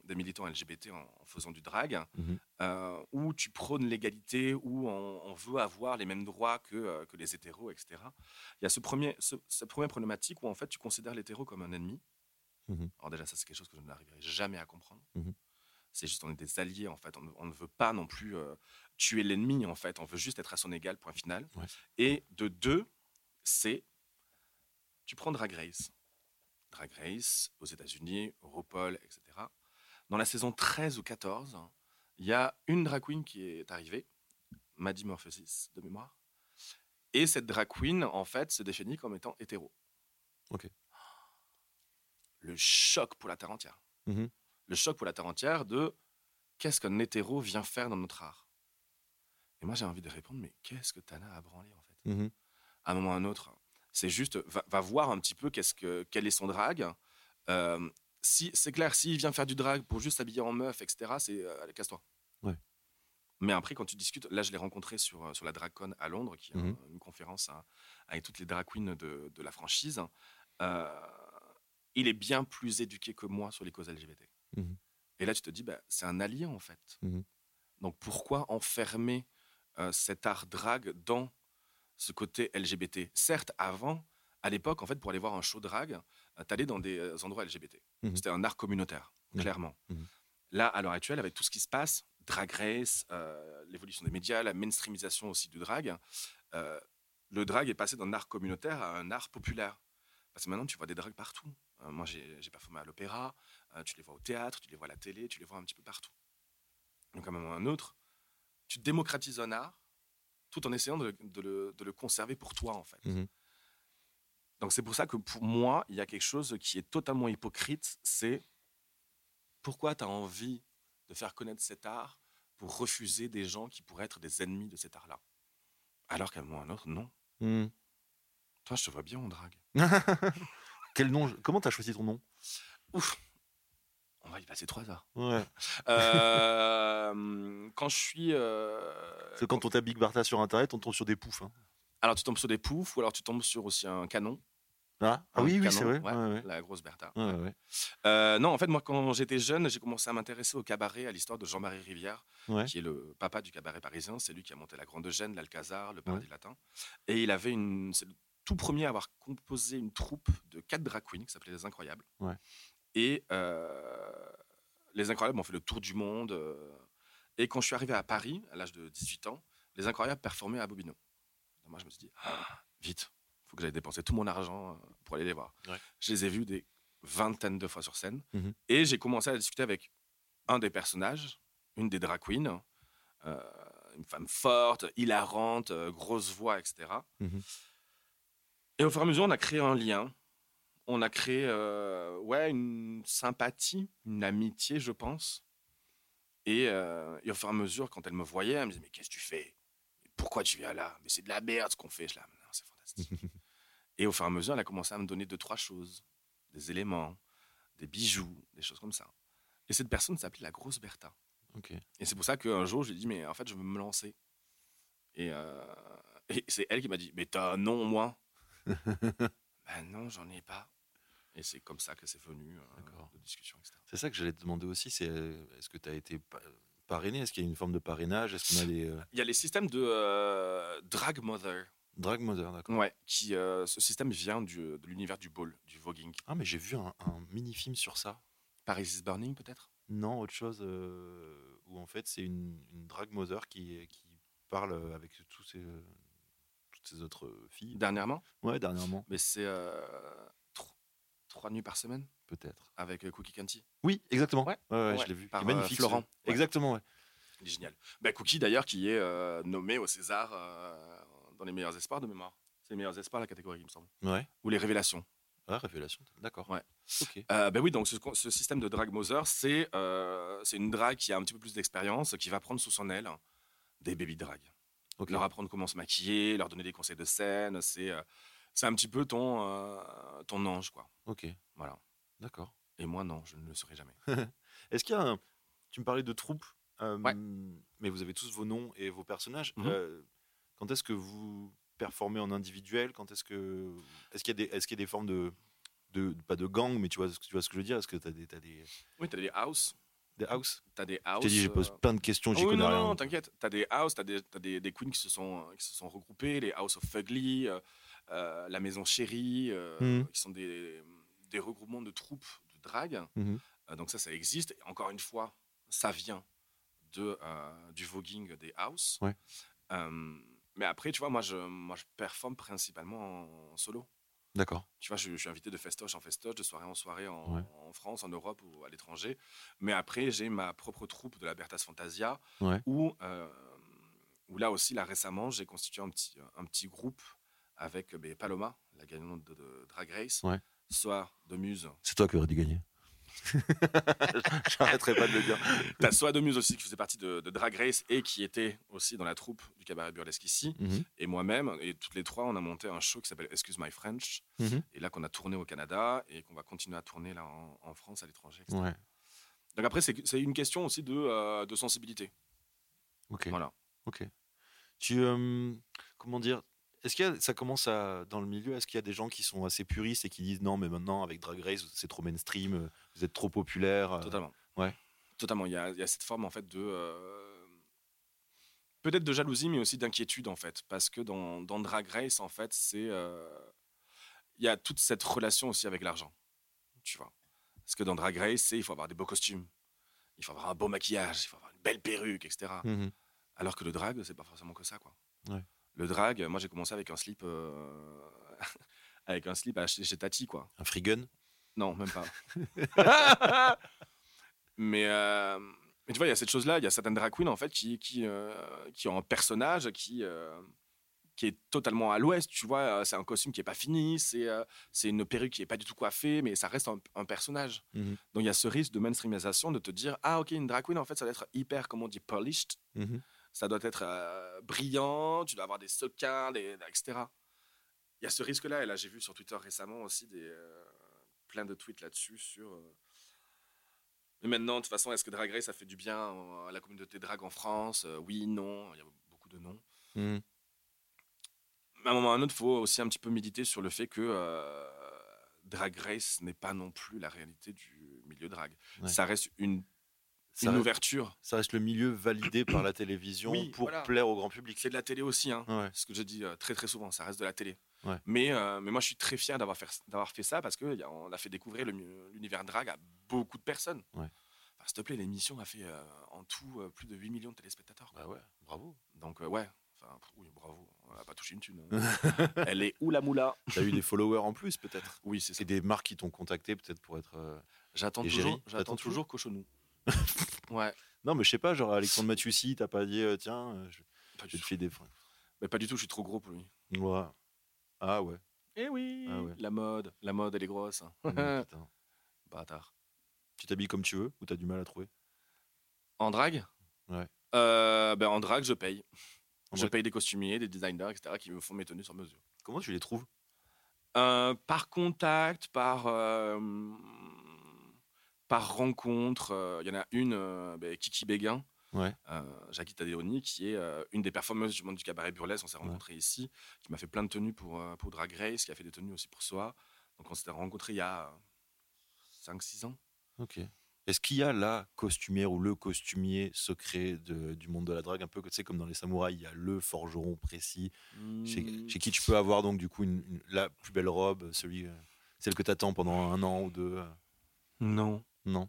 D: des militants LGBT en, en faisant du drague,
B: Mhm.
D: euh, où tu prônes l'égalité, où on, on veut avoir les mêmes droits que, euh, que les hétéros, etc. Il y a ce premier, ce, cette première problématique où, en fait, tu considères l'hétéro comme un ennemi.
B: Mhm.
D: Alors déjà, ça, c'est quelque chose que je n'arriverai jamais à comprendre.
B: Mhm.
D: C'est juste, on est des alliés, en fait. On, ne- on ne veut pas non plus... euh, tuer l'ennemi, en fait. On veut juste être à son égal, point final.
B: Ouais.
D: Et de deux, c'est. Tu prends Drag Race. Drag Race, aux États-Unis, RuPaul, etc. Dans la saison 13 ou 14, il y a une drag queen qui est arrivée, Maddie Morphosis, de mémoire. Et cette drag queen, en fait, se définit comme étant hétéro.
B: Ok.
D: Le choc pour la terre entière.
B: Mhm.
D: Le choc pour la terre entière de qu'est-ce qu'un hétéro vient faire dans notre art et moi, j'ai envie de répondre, mais qu'est-ce que Tana a branlé, en fait À un moment ou à un autre, c'est juste, va, va voir un petit peu qu'est-ce que, quel est son drag. Euh, si, c'est clair, s'il vient faire du drag pour juste s'habiller en meuf, etc., c'est euh, allez, casse-toi.
B: Ouais.
D: Mais après, quand tu discutes, là, je l'ai rencontré sur, euh, sur la DragCon à Londres, qui est
B: Mhm.
D: un- une conférence à- avec toutes les drag queens de, de la franchise. Euh, il est bien plus éduqué que moi sur les causes LGBT.
B: Mhm.
D: Et là, tu te dis, bah, c'est un allié, en fait.
B: Mhm.
D: Donc, pourquoi enfermer euh, cet art drag dans ce côté LGBT. Certes, avant, à l'époque, en fait, pour aller voir un show drag, euh, t'allais dans des euh, endroits LGBT.
B: Mhm.
D: C'était un art communautaire,
B: Ouais.
D: clairement.
B: Mhm.
D: Là, à l'heure actuelle, avec tout ce qui se passe, drag race, euh, l'évolution des médias, la mainstreamisation aussi du drag, euh, le drag est passé d'un art communautaire à un art populaire. Parce que maintenant, tu vois des drags partout. Euh, moi, j'ai j'ai performé à l'opéra, euh, tu les vois au théâtre, tu les vois à la télé, tu les vois un petit peu partout. Donc, à un moment ou à un autre, tu démocratises un art tout en essayant de, de le, de le conserver pour toi, en fait.
B: Mhm.
D: Donc, c'est pour ça que pour moi, il y a quelque chose qui est totalement hypocrite c'est pourquoi tu as envie de faire connaître cet art pour refuser des gens qui pourraient être des ennemis de cet art-là Alors qu'à un moment ou à un autre, non.
B: Mhm.
D: Toi, je te vois bien en drague.
B: Quel nom Comment t'as choisi ton nom
D: On va y passer trois heures.
B: Ouais.
D: Euh, <laughs> quand je suis. euh,
B: Parce que quand on tape Big Bartha sur internet, on tombe sur des poufs. hein.
D: Alors, tu tombes sur des poufs, ou alors tu tombes sur aussi un canon.
B: Ah, ah
D: Un
B: oui, oui,
D: canon,
B: c'est vrai.
D: ouais,
B: Ouais, ouais.
D: La grosse Bertha.
B: Ouais, ouais.
D: Euh, non, en fait, moi, quand j'étais jeune, j'ai commencé à m'intéresser au cabaret, à l'histoire de Jean-Marie Rivière,
B: Ouais.
D: qui est le papa du cabaret parisien. C'est lui qui a monté la Grande Gêne, l'Alcazar, le Paradis Latin. Et il avait une. C'est le tout premier à avoir composé une troupe de quatre drag queens qui s'appelait Les Incroyables.
B: Ouais.
D: Et euh, Les Incroyables ont fait le tour du monde. euh, et quand je suis arrivé à Paris, à l'âge de 18 ans, Les Incroyables performaient à Bobino. Moi, je me suis dit, Ah, vite, faut que j'aille dépenser tout mon argent euh, pour aller les voir.
B: Ouais.
D: Je les ai vus des vingtaines de fois sur scène.
B: Mhm.
D: Et j'ai commencé à discuter avec un des personnages, une des drag queens, euh, une femme forte, hilarante, euh, grosse voix, etc.
B: Mhm.
D: Et au fur et à mesure, on a créé un lien. On a créé euh, ouais, une sympathie, une amitié, je pense. Et, euh, et au fur et à mesure, quand elle me voyait, elle me disait Mais qu'est-ce que tu fais Pourquoi tu viens là Mais c'est de la merde ce qu'on fait. Je la- Non, c'est fantastique. et au fur et à mesure, elle a commencé à me donner deux, trois choses des éléments, des bijoux, des choses comme ça. Et cette personne s'appelait la grosse Bertha.
B: Ok.
D: Et c'est pour ça qu'un jour, je lui ai dit, mais en fait, je veux me lancer. Et, euh, et c'est elle qui m'a dit, mais t'as un nom, moi Ben non, j'en ai pas. Et c'est comme ça que c'est venu, euh,
B: D'accord.
D: de discussion, etc.
B: C'est ça que j'allais te demander aussi. C'est euh, est-ce que tu as été pa- parrainé Est-ce qu'il y a une forme de parrainage Est-ce qu'on a des euh,
D: Il y a les systèmes de euh, drag mother.
B: drag mother D'accord.
D: Ouais, qui, euh, ce système vient du- euh, de l'univers du ball, du voguing.
B: Ah mais j'ai vu un, un mini-film sur ça.
D: Paris is Burning, peut-être
B: Non, autre chose euh, où en fait c'est une, une drag mother qui, qui parle euh, avec tous ces, euh, toutes ces autres euh, filles.
D: Dernièrement.
B: Ouais, dernièrement
D: Mais c'est euh, tro- trois nuits par semaine
B: peut-être.
D: avec euh, Cookie Canty.
B: Oui, exactement.
D: Ouais.
B: ouais,
D: Ouais,
B: je l'ai vu.
D: par,
B: Il est magnifique.
D: euh, Florent.
B: celui-là.
D: Ouais.
B: Exactement. Ouais.
D: Il est génial. Bah, Cookie, d'ailleurs, qui est euh, nommé au César euh, dans les meilleurs espoirs de mémoire. C'est les meilleurs espoirs, la catégorie, il me semble.
B: Ouais.
D: Ou les révélations.
B: Ah, révélation. D'accord.
D: Ouais.
B: Ok.
D: Euh, ben oui, donc ce, ce système de drag mother, c'est euh, c'est une drag qui a un petit peu plus d'expérience, qui va prendre sous son aile des baby drag.
B: Ok.
D: Leur apprendre comment se maquiller, leur donner des conseils de scène. C'est euh, c'est un petit peu ton, euh, ton ange, quoi.
B: Ok.
D: Voilà.
B: D'accord.
D: Et moi, non, je ne le serai jamais.
B: Est-ce qu'il y a un... Tu me parlais de troupes, euh,
D: Ouais.
B: mais vous avez tous vos noms et vos personnages.
D: Mhm.
B: Euh, quand est-ce que vous performez en individuel Quand est-ce que est-ce qu'il y a des est-ce qu'il y a des formes de, de pas de gang, mais tu vois ce que tu vois ce que je veux dire Est-ce que t'as des t'as des,
D: Oui, t'as des house.
B: des house
D: T'as des
B: Je
D: house.
B: t'ai dit, je
D: euh,
B: pose plein de questions, j'y
D: Oh oui,
B: connais
D: non,
B: rien.
D: non, non, t'inquiète. T'as des house, t'as des, t'as des, des queens qui se, sont, euh, qui se sont regroupés, les House of Fugly, euh, euh, la Maison Chérie, euh,
B: Mhm.
D: qui sont des, des regroupements de troupes de drague.
B: Mhm.
D: Euh, donc ça, ça existe. Et encore une fois, ça vient de, euh, du voguing des house.
B: Ouais.
D: Euh, mais après, tu vois, moi je, moi, je performe principalement en solo.
B: D'accord.
D: Tu vois, je, je suis invité de festoche en festoche, de soirée en soirée en,
B: Ouais.
D: en France, en Europe ou à l'étranger. Mais après, j'ai ma propre troupe de la Bertas Fantasia,
B: Ouais.
D: où, euh, où là aussi, là récemment, j'ai constitué un petit, un petit groupe avec euh, ben, Paloma, la gagnante de, de Drag Race,
B: Ouais.
D: Soa de Muse.
B: C'est toi qui aurais dû gagner. <laughs> J'arrêterai pas de le dire.
D: <coughs> T'as Soa de Muse aussi qui faisait partie de, de Drag Race et qui était aussi dans la troupe du cabaret burlesque ici.
B: Mhm.
D: et moi-même, et toutes les trois, on a monté un show qui s'appelle Excuse My French,
B: Mhm.
D: et là qu'on a tourné au Canada et qu'on va continuer à tourner là en, en France, à l'étranger. etc.
B: Ouais.
D: Donc après, c'est c'est une question aussi de, euh, de sensibilité.
B: Ok.
D: Voilà.
B: Ok. Tu euh, comment dire Est-ce qu'il y a- ça commence à dans le milieu Est-ce qu'il y a des gens qui sont assez puristes et qui disent non, mais maintenant avec Drag Race c'est trop mainstream, euh, vous êtes trop populaire. euh,
D: Totalement.
B: ouais.
D: Totalement. Il y a, il y a cette forme en fait de euh, peut-être de jalousie, mais aussi d'inquiétude en fait, parce que dans, dans Drag Race, en fait, c'est euh, il y a toute cette relation aussi avec l'argent, tu vois. Parce que dans Drag Race, c'est il faut avoir des beaux costumes, il faut avoir un beau maquillage, il faut avoir une belle perruque, etc.
B: mhm.
D: Alors que le drag, c'est pas forcément que ça, quoi.
B: Ouais.
D: Le drag, moi j'ai commencé avec un slip, euh, <laughs> avec un slip à- chez, chez Tati, quoi.
B: Un free gun
D: Non, même pas. <laughs> mais, euh, mais tu vois, il y a cette chose-là, il y a certaines drag queens en fait qui qui euh, qui ont un personnage qui euh, qui est totalement à l'ouest, tu vois. euh, C'est un costume qui est pas fini, c'est euh, c'est une perruque qui est pas du tout coiffée, mais ça reste un, un personnage.
B: Mhm.
D: Donc il y a ce risque de mainstreamisation, de te dire ah ok une drag queen en fait ça doit être hyper comme on dit polished
B: Mhm.
D: ça doit être euh, brillant, tu dois avoir des sequins, des, etc. Il y a ce risque-là, et là j'ai vu sur Twitter récemment aussi des, euh, plein de tweets là-dessus sur... euh, Mais maintenant, de toute façon, est-ce que Drag Race, ça fait du bien euh, à la communauté drag en France Euh, Oui, non, il y a beaucoup de non.
B: Mhm.
D: Mais à un moment ou à un autre, il faut aussi un petit peu méditer sur le fait que euh, Drag Race n'est pas non plus la réalité du milieu drag.
B: Ouais.
D: Ça reste une,
B: Ça,
D: une
B: reste,
D: ouverture.
B: ça reste le milieu validé par la télévision
D: Oui,
B: pour
D: voilà.
B: plaire au grand public.
D: C'est de la télé aussi, hein.
B: Ouais.
D: ce que je dis euh, très très souvent, ça reste de la télé.
B: Ouais.
D: Mais, euh, mais moi je suis très fier d'avoir faire- d'avoir fait ça parce qu'on a fait découvrir le mi- l'univers drag à beaucoup de personnes.
B: Ouais.
D: Enfin, S'il te plaît, l'émission a fait euh, en tout euh, plus de 8 millions de téléspectateurs. quoi.
B: Bah ouais, bravo.
D: Donc euh, ouais, enfin, pff, oui, bravo, on n'a pas touché une thune. hein.
B: <laughs>
D: Elle est où la moula
B: T'as eu des followers en plus peut-être.
D: Oui, c'est ça.
B: C'est des marques qui t'ont contacté peut-être pour être. euh,
D: J'attends
B: Et
D: toujours,
B: Géry, t'attends
D: j'attends
B: <laughs>
D: toujours Cochonou. ouais,
B: Non mais je sais pas, genre Alexandre Mathiusi, t'as pas dit euh, tiens, euh, je,
D: pas
B: je
D: du
B: te
D: tout.
B: fais des.
D: Mais pas du tout, je suis trop gros pour lui.
B: Ouais. Ah ouais.
D: Eh oui,
B: Ah ouais.
D: la mode, la mode elle est grosse. hein. <laughs>
B: Mm, putain.
D: Bâtard.
B: Tu t'habilles comme tu veux ou t'as du mal à trouver
D: En drague
B: Ouais.
D: Euh, ben, en drague, je paye.
B: En
D: Je
B: vrai,
D: paye des costumiers, des designers, etc., qui me font mes tenues sur mesure.
B: Comment tu les trouves
D: Euh, par contact, par, euh, par rencontre, euh, il y en a une, euh, ben, Kiki Béguin,
B: Ouais.
D: euh, Jackie Tadeoni, qui est euh, une des performeuses du monde du cabaret burlesque, on s'est
B: Ouais.
D: rencontrés ici, qui m'a fait plein de tenues pour, euh, pour Drag Race, qui a fait des tenues aussi pour soi. Donc on s'était rencontrés il y a 5-6 ans.
B: Ok. Est-ce qu'il y a la costumière ou le costumier secret de- du monde de la drague Un peu tu sais, comme dans les samouraïs, il y a le forgeron précis chez,
D: Hmm. Mmh.
B: chez qui tu peux avoir donc du coup une- une- la plus belle robe, celui, euh, celle que t'attends pendant un an ou deux. euh,
D: Non.
B: non.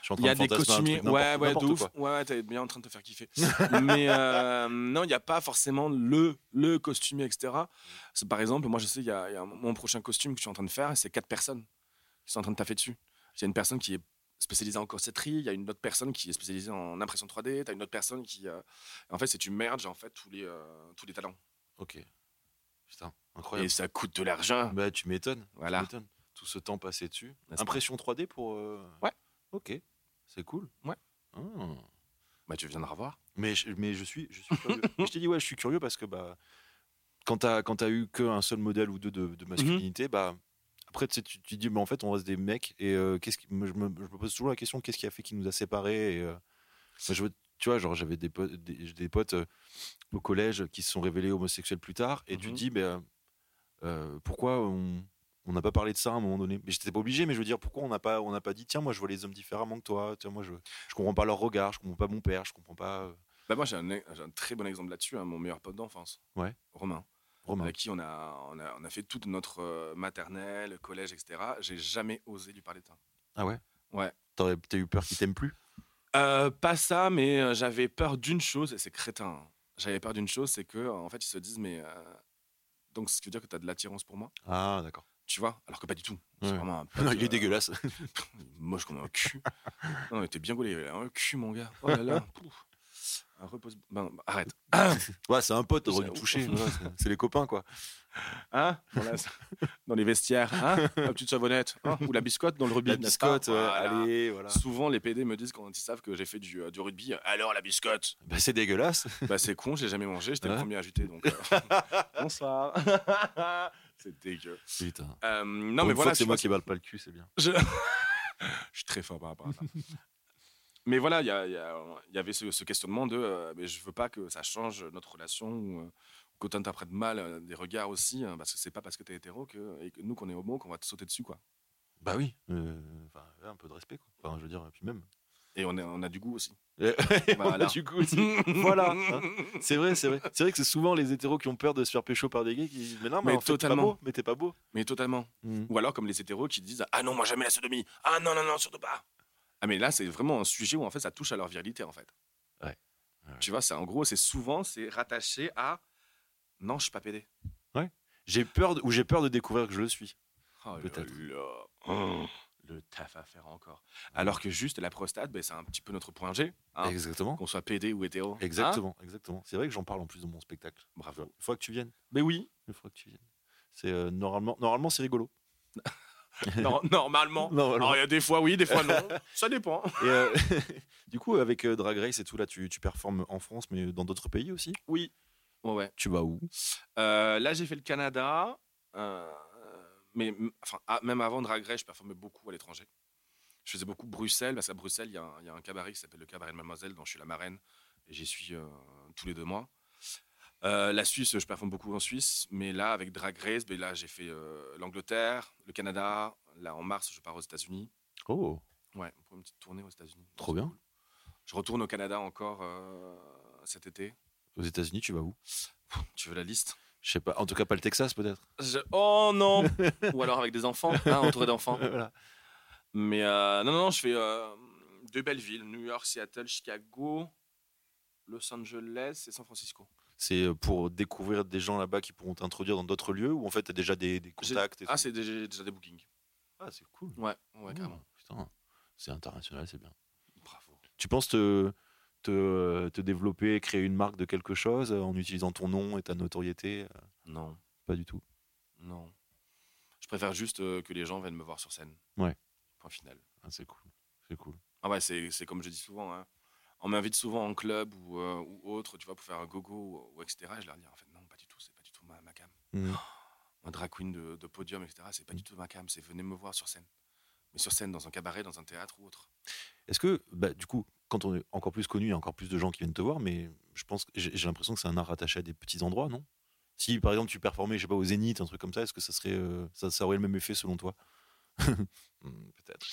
B: Je suis en train
D: Il y a
B: de
D: des
B: fantasmer un
D: costumiers,
B: truc, n'importe-
D: ouais, ouais, de
B: n'importe
D: ouf.
B: quoi.
D: Ouais, ouais, t'es bien en train de te faire kiffer. <laughs> Mais euh, non, il n'y a pas forcément le, le costumier, etc. C'est, par exemple, moi, je sais, il y a, il y a un- mon prochain costume que je suis en train de faire, c'est quatre personnes qui sont en train de taffer dessus. Il y a une personne qui est spécialisée en corsetterie, il y a une autre personne qui est spécialisée en impression 3D, t'as une autre personne qui. euh, En fait, c'est tu merges en fait tous les, euh, tous les talents.
B: Ok. Putain,
D: Et
B: incroyable.
D: ça coûte de l'argent.
B: Bah, tu m'étonnes. tu
D: Voilà.
B: m'étonnes. Tout ce temps passé dessus.
D: N'est-ce pas
B: Impression 3D pour. euh,
D: Ouais.
B: Ok. C'est cool.
D: Ouais.
B: Ah.
D: Bah, tu viendras voir.
B: Mais je, mais je suis, je suis curieux. Mais je t'ai dit, ouais, je suis curieux parce que bah, quand t'as quand t'as eu qu'un seul modèle ou deux de, de masculinité, bah, après, tu sais, tu tu te dis, bah, en fait, on reste des mecs. Et euh, qu'est-ce qui- moi, je, me, je me pose toujours la question, qu'est-ce qui a fait qui nous a séparés et, euh, moi, je veux- Tu vois, genre, j'avais des potes, des, j'ai des potes euh, au collège qui se sont révélés homosexuels plus tard. Et tu
D: Mhm.
B: te dis, bah, euh, pourquoi on. On n'a pas parlé de ça à un moment donné. Mais j'étais pas obligé, mais je veux dire, pourquoi on n'a pas, on n'a pas dit, tiens, moi, je vois les hommes différemment que toi. Tiens, moi, je, je comprends pas leur regard, je comprends pas mon père, je comprends pas. euh,
D: Bah, moi, j'ai un, j'ai un très bon exemple là-dessus, hein, mon meilleur pote d'enfance,
B: Ouais.
D: Romain.
B: Romain.
D: avec qui on a, on a, on a fait toute notre euh, maternelle, collège, etc. J'ai jamais osé lui parler de ça.
B: Ah ouais
D: Ouais.
B: T'aurais- T'as eu peur qu'il t'aime plus
D: Euh, pas ça, mais euh, j'avais peur d'une chose, et c'est crétin. hein. J'avais peur d'une chose, c'est que euh, en fait, ils se disent, mais euh, donc, ce qui veut dire que tu as de l'attirance pour moi,
B: Ah, d'accord.
D: tu vois Alors que pas du tout. C'est
B: Ouais.
D: <laughs> vraiment un pote,
B: Non, Ah, il
D: euh,
B: est dégueulasse. <laughs>
D: Moche comme un <laughs> cul. non, mais t'es bien gaulé, il a un cul, mon gars. Oh là <laughs> là. pouf. Un repose. ben, ben, arrête.
B: Ouais, c'est un pote, t'aurais dû
D: C'est-
B: le <laughs> toucher. Voilà, c'est- c'est les copains, quoi.
D: Hein dans, la- dans les vestiaires. <laughs> Hein la petite savonnette. hein Ou la biscotte dans le rubis.
B: La
D: n'est-ce pas
B: biscotte, euh,
D: Voilà.
B: allez, voilà.
D: Souvent, les PD me disent quand ils savent que j'ai fait du, euh, du rugby, euh, alors
B: <laughs>
D: la biscotte
B: Bah, c'est dégueulasse.
D: Bah, c'est con, j'ai jamais mangé, j'étais
B: Ouais.
D: le premier à jeter, donc. euh,
B: <laughs>
D: Bonsoir C'est dégueu.
B: Putain.
D: Euh, non,
B: Non,
D: mais voilà,
B: c'est
D: je
B: moi
D: pense-
B: qui balle pas le cul, c'est bien.
D: je... je suis très fort par rapport à ça. <laughs> mais voilà, il y, a- il y a- il y avait ce, ce questionnement de euh, mais je veux pas que ça change notre relation ou euh, que tu interprètes mal euh, des regards aussi, hein, parce que c'est pas parce que tu es hétéro que, et que nous, qu'on est homo, qu'on va te sauter dessus, quoi.
B: Bah oui. Euh, Enfin, ouais, un peu de respect, quoi. Enfin, je veux dire, puis
D: <laughs>
B: même.
D: Et on a, on a du goût aussi.
B: voilà.
D: Voilà.
B: Du coup, c'est- <laughs> voilà. hein. C'est vrai, c'est vrai. C'est vrai que c'est souvent les hétéros qui ont peur de se faire pécho par des gays qui disent Mais non, mais,
D: Mais
B: en fait, t'es pas
D: totalement.
B: beau, mais t'es pas beau.
D: <laughs> Mais totalement.
B: Mhm.
D: Ou alors comme les hétéros qui disent Ah non, moi jamais la sodomie. Ah non, non, non, surtout pas. Ah mais là, c'est vraiment un sujet où en fait ça touche à leur virilité en fait.
B: Ouais. Ouais.
D: Tu vois, c'est en gros, c'est souvent, c'est rattaché à Non, je suis pas pédé.
B: J'ai peur, de- ou j'ai peur de découvrir que je le suis.
D: Oh là
B: Peut-être.
D: là. Oh, le taf à faire encore. Alors que juste la prostate, ben, c'est un petit peu notre point G. hein,
B: Exactement.
D: Qu'on soit pédé ou hétéro. Hein
B: Exactement, exactement. C'est vrai que j'en parle en plus dans mon spectacle.
D: Bravo.
B: Il faut que tu viennes.
D: Mais Ben oui,
B: Il faut que tu viennes. C'est euh, normalement, normalement c'est rigolo.
D: nor-
B: <laughs>
D: normalement.
B: Normalement.
D: Alors il y a des fois oui, des fois non. ça dépend.
B: Et, euh, <laughs> du coup, avec euh, Drag Race et tout, là, tu, tu performes en France, mais dans d'autres pays aussi
D: Oui. Ouais, ouais.
B: Tu vas où
D: Euh, là, j'ai fait le Canada. euh, mais m- enfin, ah, même avant Drag Race, je performais beaucoup à l'étranger. Je faisais beaucoup Bruxelles, parce qu'à Bruxelles, il y, a un- il y a un cabaret qui s'appelle le Cabaret de Mademoiselle, dont je suis la marraine. Et j'y suis euh, tous les deux mois. Euh, la Suisse, je performe beaucoup en Suisse, mais là, avec Drag Race, ben là, j'ai fait euh, l'Angleterre, le Canada. Là, en mars, je pars aux États-Unis.
B: Oh,
D: Ouais, pour une petite tournée aux États-Unis.
B: Trop bien.
D: Je retourne au Canada encore euh, cet été.
B: aux États-Unis, tu vas où
D: Tu veux la liste
B: Je sais pas. En tout cas, pas le Texas, peut-être.
D: Je- Oh <laughs> non Ou alors avec des <laughs> enfants, hein, entouré d'enfants.
B: Voilà.
D: Mais euh, non, non, non, je fais euh, deux belles villes New York, Seattle, Chicago, Los Angeles et San Francisco.
B: C'est euh, pour découvrir des gens là-bas qui pourront t'introduire dans d'autres lieux ou en fait, t'as déjà des, des
D: J'ai-
B: contacts et
D: Ah,
B: tout
D: c'est déjà, déjà des bookings.
B: Ah, c'est cool.
D: Ouais, ouais, carrément.
B: Oh, putain, c'est international, c'est bien.
D: Bravo.
B: Tu penses te, euh, te, te développer, créer une marque de quelque chose euh, en utilisant ton nom et ta notoriété euh,
D: Non,
B: Pas du tout.
D: non. Je préfère juste euh, que les gens viennent me voir sur scène.
B: Ouais.
D: Point final.
B: Ah, c'est cool. C'est cool.
D: Ah ouais, c'est c'est comme je dis souvent. hein. On m'invite souvent en club ou, euh, ou autre, tu vois, pour faire un gogo ou, ou etc. Et je leur dis, en fait, non, pas du tout, c'est pas du tout ma, ma cam. Oh,
B: Mm.
D: Un drag queen de, de podium, etc. C'est pas du tout ma cam, c'est venez me voir sur scène. Mais sur scène, dans un cabaret, dans un théâtre ou autre.
B: Est-ce que, bah, du coup, quand on est encore plus connu, il y a encore plus de gens qui viennent te voir, mais je pense que j'ai j'ai l'impression que c'est un art rattaché à des petits endroits, non Si par exemple tu performais, je sais pas, au Zénith, un truc comme ça, est-ce que ça serait, euh, ça, ça aurait le même effet selon
D: <laughs>
B: toi Hmm, Peut-être.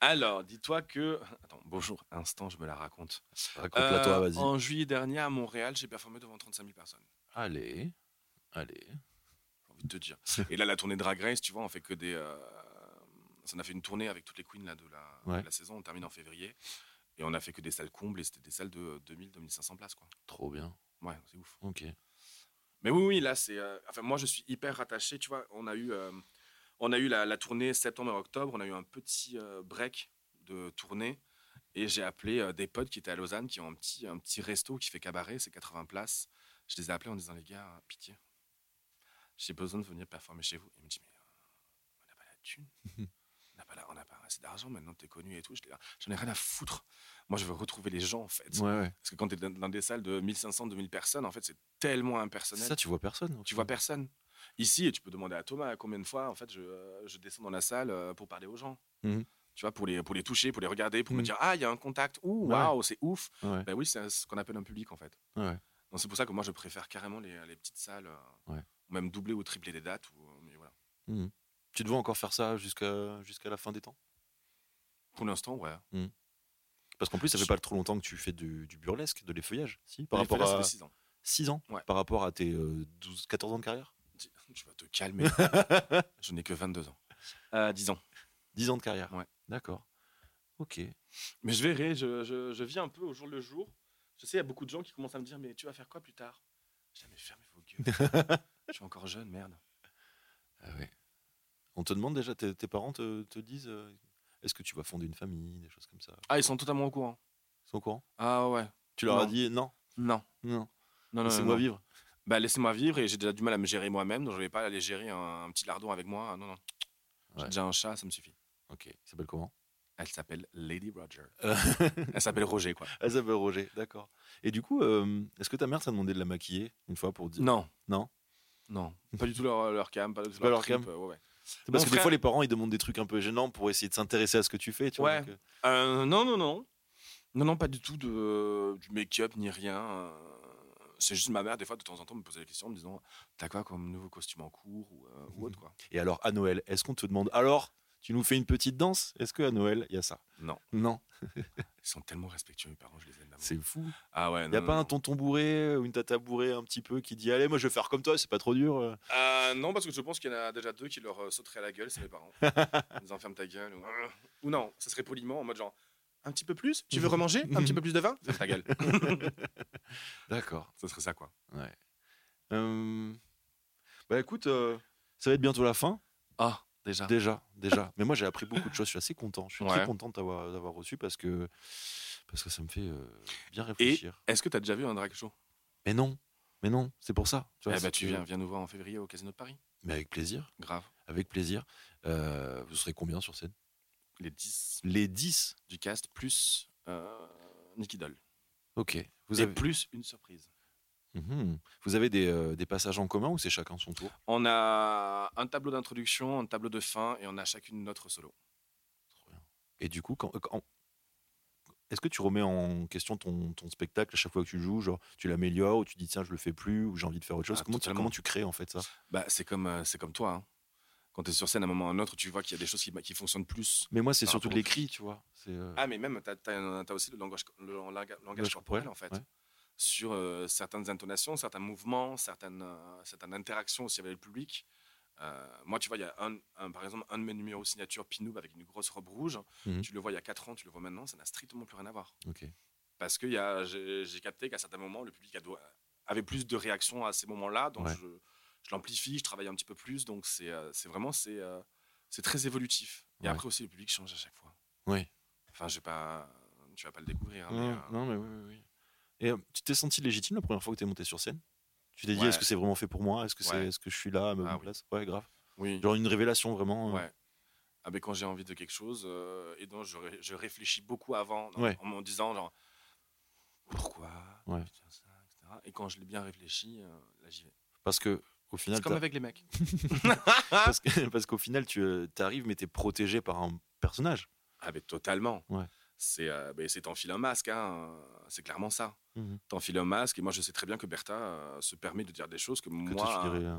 D: Alors, dis-toi que. <laughs> Attends, bonjour, instant, je me la raconte.
B: Raconte-la toi,
D: Euh,
B: vas-y.
D: En juillet dernier, à Montréal, j'ai performé devant 35 000 personnes.
B: Allez, allez.
D: j'ai envie de te dire. Et là, la tournée Drag Race, tu vois, on fait que des. euh, ça on a fait une tournée avec toutes les queens là, de, la,
B: Ouais.
D: de la saison. On termine en février. Et on a fait que des salles combles et c'était des salles de 2000-2500 places, quoi.
B: Trop bien.
D: Ouais, c'est ouf.
B: Ok.
D: Mais oui, oui, là, c'est. euh, enfin, moi, je suis hyper rattaché. Tu vois, on a eu, euh, on a eu la, la tournée septembre et octobre. On a eu un petit euh, break de tournée. Et j'ai appelé euh, des potes qui étaient à Lausanne, qui ont un petit, un petit resto qui fait cabaret, c'est 80 places. Je les ai appelés en disant, les gars, pitié, j'ai besoin de venir performer chez vous. Ils me disent, mais euh, on n'a pas la thune. On n'a pas, la- on n'a pas assez d'argent maintenant, t'es connu et tout. Je dis, Ah, J'en ai rien à foutre. Moi, je veux retrouver les gens, en fait.
B: Ouais, ouais.
D: Parce que quand t'es dans- dans des salles de 1500, 2000 personnes, en fait, c'est tellement impersonnel
B: Ça, tu vois personne.
D: tu vois personne. Ici, et tu peux demander à Thomas combien de fois en fait je, euh, je descends dans la salle euh, pour parler aux gens.
B: Mhm.
D: Tu vois, pour les, pour les toucher, pour les regarder, pour me
B: Mhm.
D: dire ah il y a un contact, ouh
B: Ouais.
D: waouh c'est ouf.
B: Ouais.
D: Ben oui, c'est ce qu'on appelle un public en fait.
B: Ouais.
D: Donc c'est pour ça que moi je préfère carrément les, les petites salles, euh,
B: Ouais.
D: ou même doubler ou tripler des dates. Ou, euh, mais voilà.
B: Tu devais encore faire ça jusqu'à jusqu'à la fin des temps
D: Pour l'instant, ouais.
B: Parce qu'en plus, ça fait pas trop longtemps que tu fais du, du burlesque, de l'effeuillage, si Par
D: Les
B: rapport
D: Fellers, ça
B: à
D: fait six ans.
B: 6 ans
D: Ouais.
B: Par rapport à tes euh, 12, 14 ans de carrière
D: Tu- Tu vas
B: <laughs>
D: te calmer. je n'ai que 22 ans. Euh, 10 ans.
B: 10 ans de carrière.
D: Ouais.
B: D'accord. Ok.
D: Mais je verrai, je, je, je vis un peu au jour le jour. Je sais, il y a beaucoup de gens qui commencent à me dire, mais tu vas faire quoi plus tard Jamais fermez vos gueules.
B: <laughs>
D: je suis encore jeune, merde. Ah
B: On te demande déjà, tes, tes parents te, te disent euh, est-ce que tu vas fonder une famille, des choses comme ça
D: Ah, ils sont totalement au courant.
B: Ils sont au courant
D: Ah ouais.
B: Tu leur as
D: Non.
B: dit non
D: Non.
B: Non.
D: Non, non,
B: Laissez-moi
D: non.
B: vivre.
D: Bah, laissez-moi vivre et j'ai déjà du mal à me gérer moi-même, donc je vais pas aller gérer un, un petit lardon avec moi. Ah, Non, non. J'ai
B: Ouais.
D: déjà un chat, ça me suffit.
B: Ok. Il s'appelle comment
D: Elle s'appelle Lady
B: <laughs>
D: Roger.
B: Euh.
D: Elle s'appelle Roger, quoi.
B: Ah, ça s'appelle Roger. D'accord. Et du coup, euh, est-ce que ta mère t'a demandé de la maquiller une fois pour dire
D: Non.
B: Non.
D: Non. Pas du tout leur, leur cam, pas du tout
B: pas
D: leur,
B: leur
D: trip,
B: cam.
D: euh, ouais, ouais.
B: C'est Parce que
D: Mon
B: des
D: frère-
B: fois, les parents, ils demandent des trucs un peu gênants pour essayer de s'intéresser à ce que tu fais. Tu vois,
D: Ouais.
B: donc, euh,
D: Euh, non, non, non. Non, non, pas du tout de, euh, du make-up ni rien. Euh, C'est juste ma mère, des fois, de temps en temps, me posait la question en me disant T'as quoi comme nouveau costume en cours ou, euh, ou autre, quoi.
B: Et alors, à Noël, est-ce qu'on te demande alors, tu nous fais une petite danse Est-ce qu'à Noël, il y a ça
D: Non. Ah
B: Non.
D: Ils sont tellement respectueux, mes parents, je les aime d'amour.
B: C'est fou.
D: Ah ouais,
B: Il
D: non,
B: n'y a
D: non,
B: pas
D: non.
B: un tonton bourré euh, ou une tata bourrée un petit peu qui dit Allez, moi je vais faire comme toi, c'est pas trop dur. euh.
D: Euh, non, parce que je pense qu'il y en a déjà deux qui leur euh, sauteraient à la gueule, c'est mes parents. Ils nous enferment ta gueule. Ou, euh, ou non, ça serait poliment, en mode genre Un petit peu plus Tu veux remanger Un petit peu plus de vin Ferme ta gueule.
B: D'accord.
D: ça serait ça, quoi.
B: Ouais. Euh, Bah écoute, euh, ça va être bientôt la fin.
D: Ah, déjà.
B: Déjà,
D: <laughs>
B: déjà. Mais moi j'ai appris beaucoup de choses. Je suis assez content. Je suis
D: Ouais.
B: très content de t'avoir d'avoir reçu parce que parce que ça me fait euh, bien réfléchir.
D: Est-ce que t'as déjà vu un drag show
B: Mais non, mais non, c'est pour ça.
D: Eh
B: vois,
D: bah,
B: c'est
D: tu
B: que-
D: viens, viens nous voir en février au Casino de Paris.
B: Mais avec plaisir,
D: Grave.
B: avec plaisir. Euh, vous serez combien sur scène
D: Les 10
B: Les 10
D: du cast plus euh, Nicky Doll.
B: Ok. Vous
D: et
B: avez,
D: plus une surprise.
B: Mhm. vous avez des, euh, des passages en commun ou c'est chacun son tour
D: On a un tableau d'introduction, un tableau de fin et on a chacune notre solo.
B: Et du coup, quand, quand- euh, est-ce que tu remets en question ton, ton spectacle à chaque fois que tu joues Genre, tu l'améliores ou tu dis tiens, je le fais plus ou j'ai envie de faire autre chose
D: Ah,
B: comment, tu,
D: totalement.
B: comment tu crées en fait ça
D: Bah, c'est comme, euh, c'est comme toi. hein. Quand tu es sur scène, à un moment ou à un autre, tu vois qu'il y a des choses qui, qui fonctionnent plus.
B: Mais moi, c'est
D: Par
B: surtout de
D: rapport au
B: l'écrit, tu vois. C'est, euh,
D: Ah, mais même, tu as, aussi le langage, le langage, langage corporel,
B: corporel,
D: en fait.
B: ouais.
D: Sur euh, certaines intonations, certains mouvements, certaines, euh, certaines interactions aussi avec le public. Euh, moi, tu vois, il y a un, un- par exemple un de mes numéros signature Pinoub avec une grosse robe rouge.
B: Mhm.
D: Tu le vois il y a 4 ans, tu le vois maintenant, ça n'a strictement plus rien à voir.
B: Ok.
D: Parce que il y a- j'ai j'ai capté qu'à certains moments, le public a do- avait plus de réactions à ces moments-là. Donc,
B: Ouais.
D: je, je l'amplifie, je travaille un petit peu plus. Donc, c'est euh, c'est vraiment c'est euh, c'est très évolutif. Et
B: Ouais.
D: après aussi, le public change à chaque fois.
B: Ouais.
D: Enfin, j'ai pas, tu vas pas le découvrir. hein, mais,
B: Non, non,
D: euh,
B: mais oui, oui, oui. Et euh, tu t'es senti légitime la première fois que tu es monté sur scène Tu t'es dit
D: Ouais.
B: est-ce que c'est vraiment fait pour moi Est-ce que,
D: Ouais.
B: c'est, est-ce que je suis là à ma
D: Ah oui.
B: place Ouais, grave.
D: oui.
B: Genre une révélation vraiment. euh,
D: Ouais. Ah ben, quand j'ai envie de quelque chose euh, et donc je, ré- je réfléchis beaucoup avant dans-
B: Ouais.
D: en me disant genre pourquoi
B: Ouais.
D: putain, ça, etc. Et quand je l'ai bien réfléchi, euh, là j'y vais.
B: Parce que au final,
D: C'est comme
B: t'as-
D: avec Ah les mecs.
B: parce, que- <laughs> parce qu'au final, tu euh, t'arrives, mais t'es protégé par un personnage.
D: Ah ben totalement.
B: Ouais.
D: C'est euh, ben, c'est t'enfiles un masque, hein, euh, c'est clairement ça.
B: Mhm.
D: T'enfiles un masque et moi je sais très bien que Bertha euh, se permet de dire des choses que,
B: Que
D: moi
B: toi, tu dirais, euh,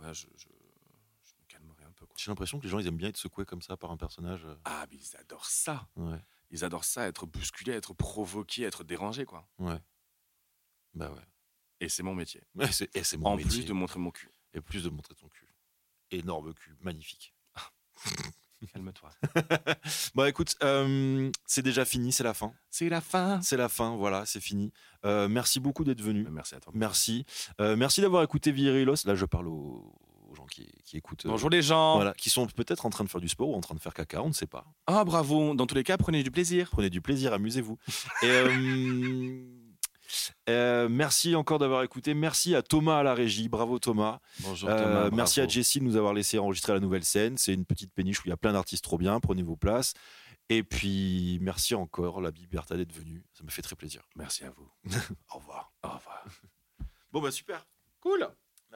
D: ouais, je, je- je me calmerai un peu. Quoi.
B: J'ai l'impression que les gens, ils aiment bien être secoués comme ça par un personnage. euh,
D: Ah mais ils adorent ça.
B: Ouais.
D: Ils adorent ça, être bousculés, être provoqués, être dérangés quoi.
B: Bah ouais. <laughs>
D: Et c'est mon métier.
B: Mais c'est, et c'est mon
D: en
B: métier.
D: plus de montrer mon cul.
B: Et plus de montrer ton cul. Énorme cul, magnifique.
D: Calme-toi.
B: Bon, écoute, euh, c'est déjà fini, c'est la fin.
D: C'est la fin.
B: C'est la fin, voilà, c'est fini. Euh, merci beaucoup d'être venu.
D: Merci à toi.
B: Merci. Euh, merci d'avoir écouté Virilos. Là, je parle aux, aux gens qui, qui écoutent. euh,
D: Bonjour les gens.
B: Voilà, qui sont peut-être en train de faire du sport ou en train de faire caca, on ne sait pas.
D: Ah bravo. Dans tous les cas, prenez du plaisir.
B: Prenez du plaisir, amusez-vous. Et, euh,
D: <laughs>
B: euh, merci encore d'avoir écouté. Merci à Thomas à la régie. Bravo Thomas.
D: Bonjour
B: Euh, merci à Jessie de nous avoir laissé enregistrer la nouvelle scène. C'est une petite péniche où il y a plein d'artistes trop bien. Prenez vos places. Et puis, merci encore, la Bibi Bertha, d'être venue. <laughs> Ça me fait très plaisir.
D: Merci à vous.
B: Au revoir.
D: Au revoir.
B: Bon, bah super.
D: Cool.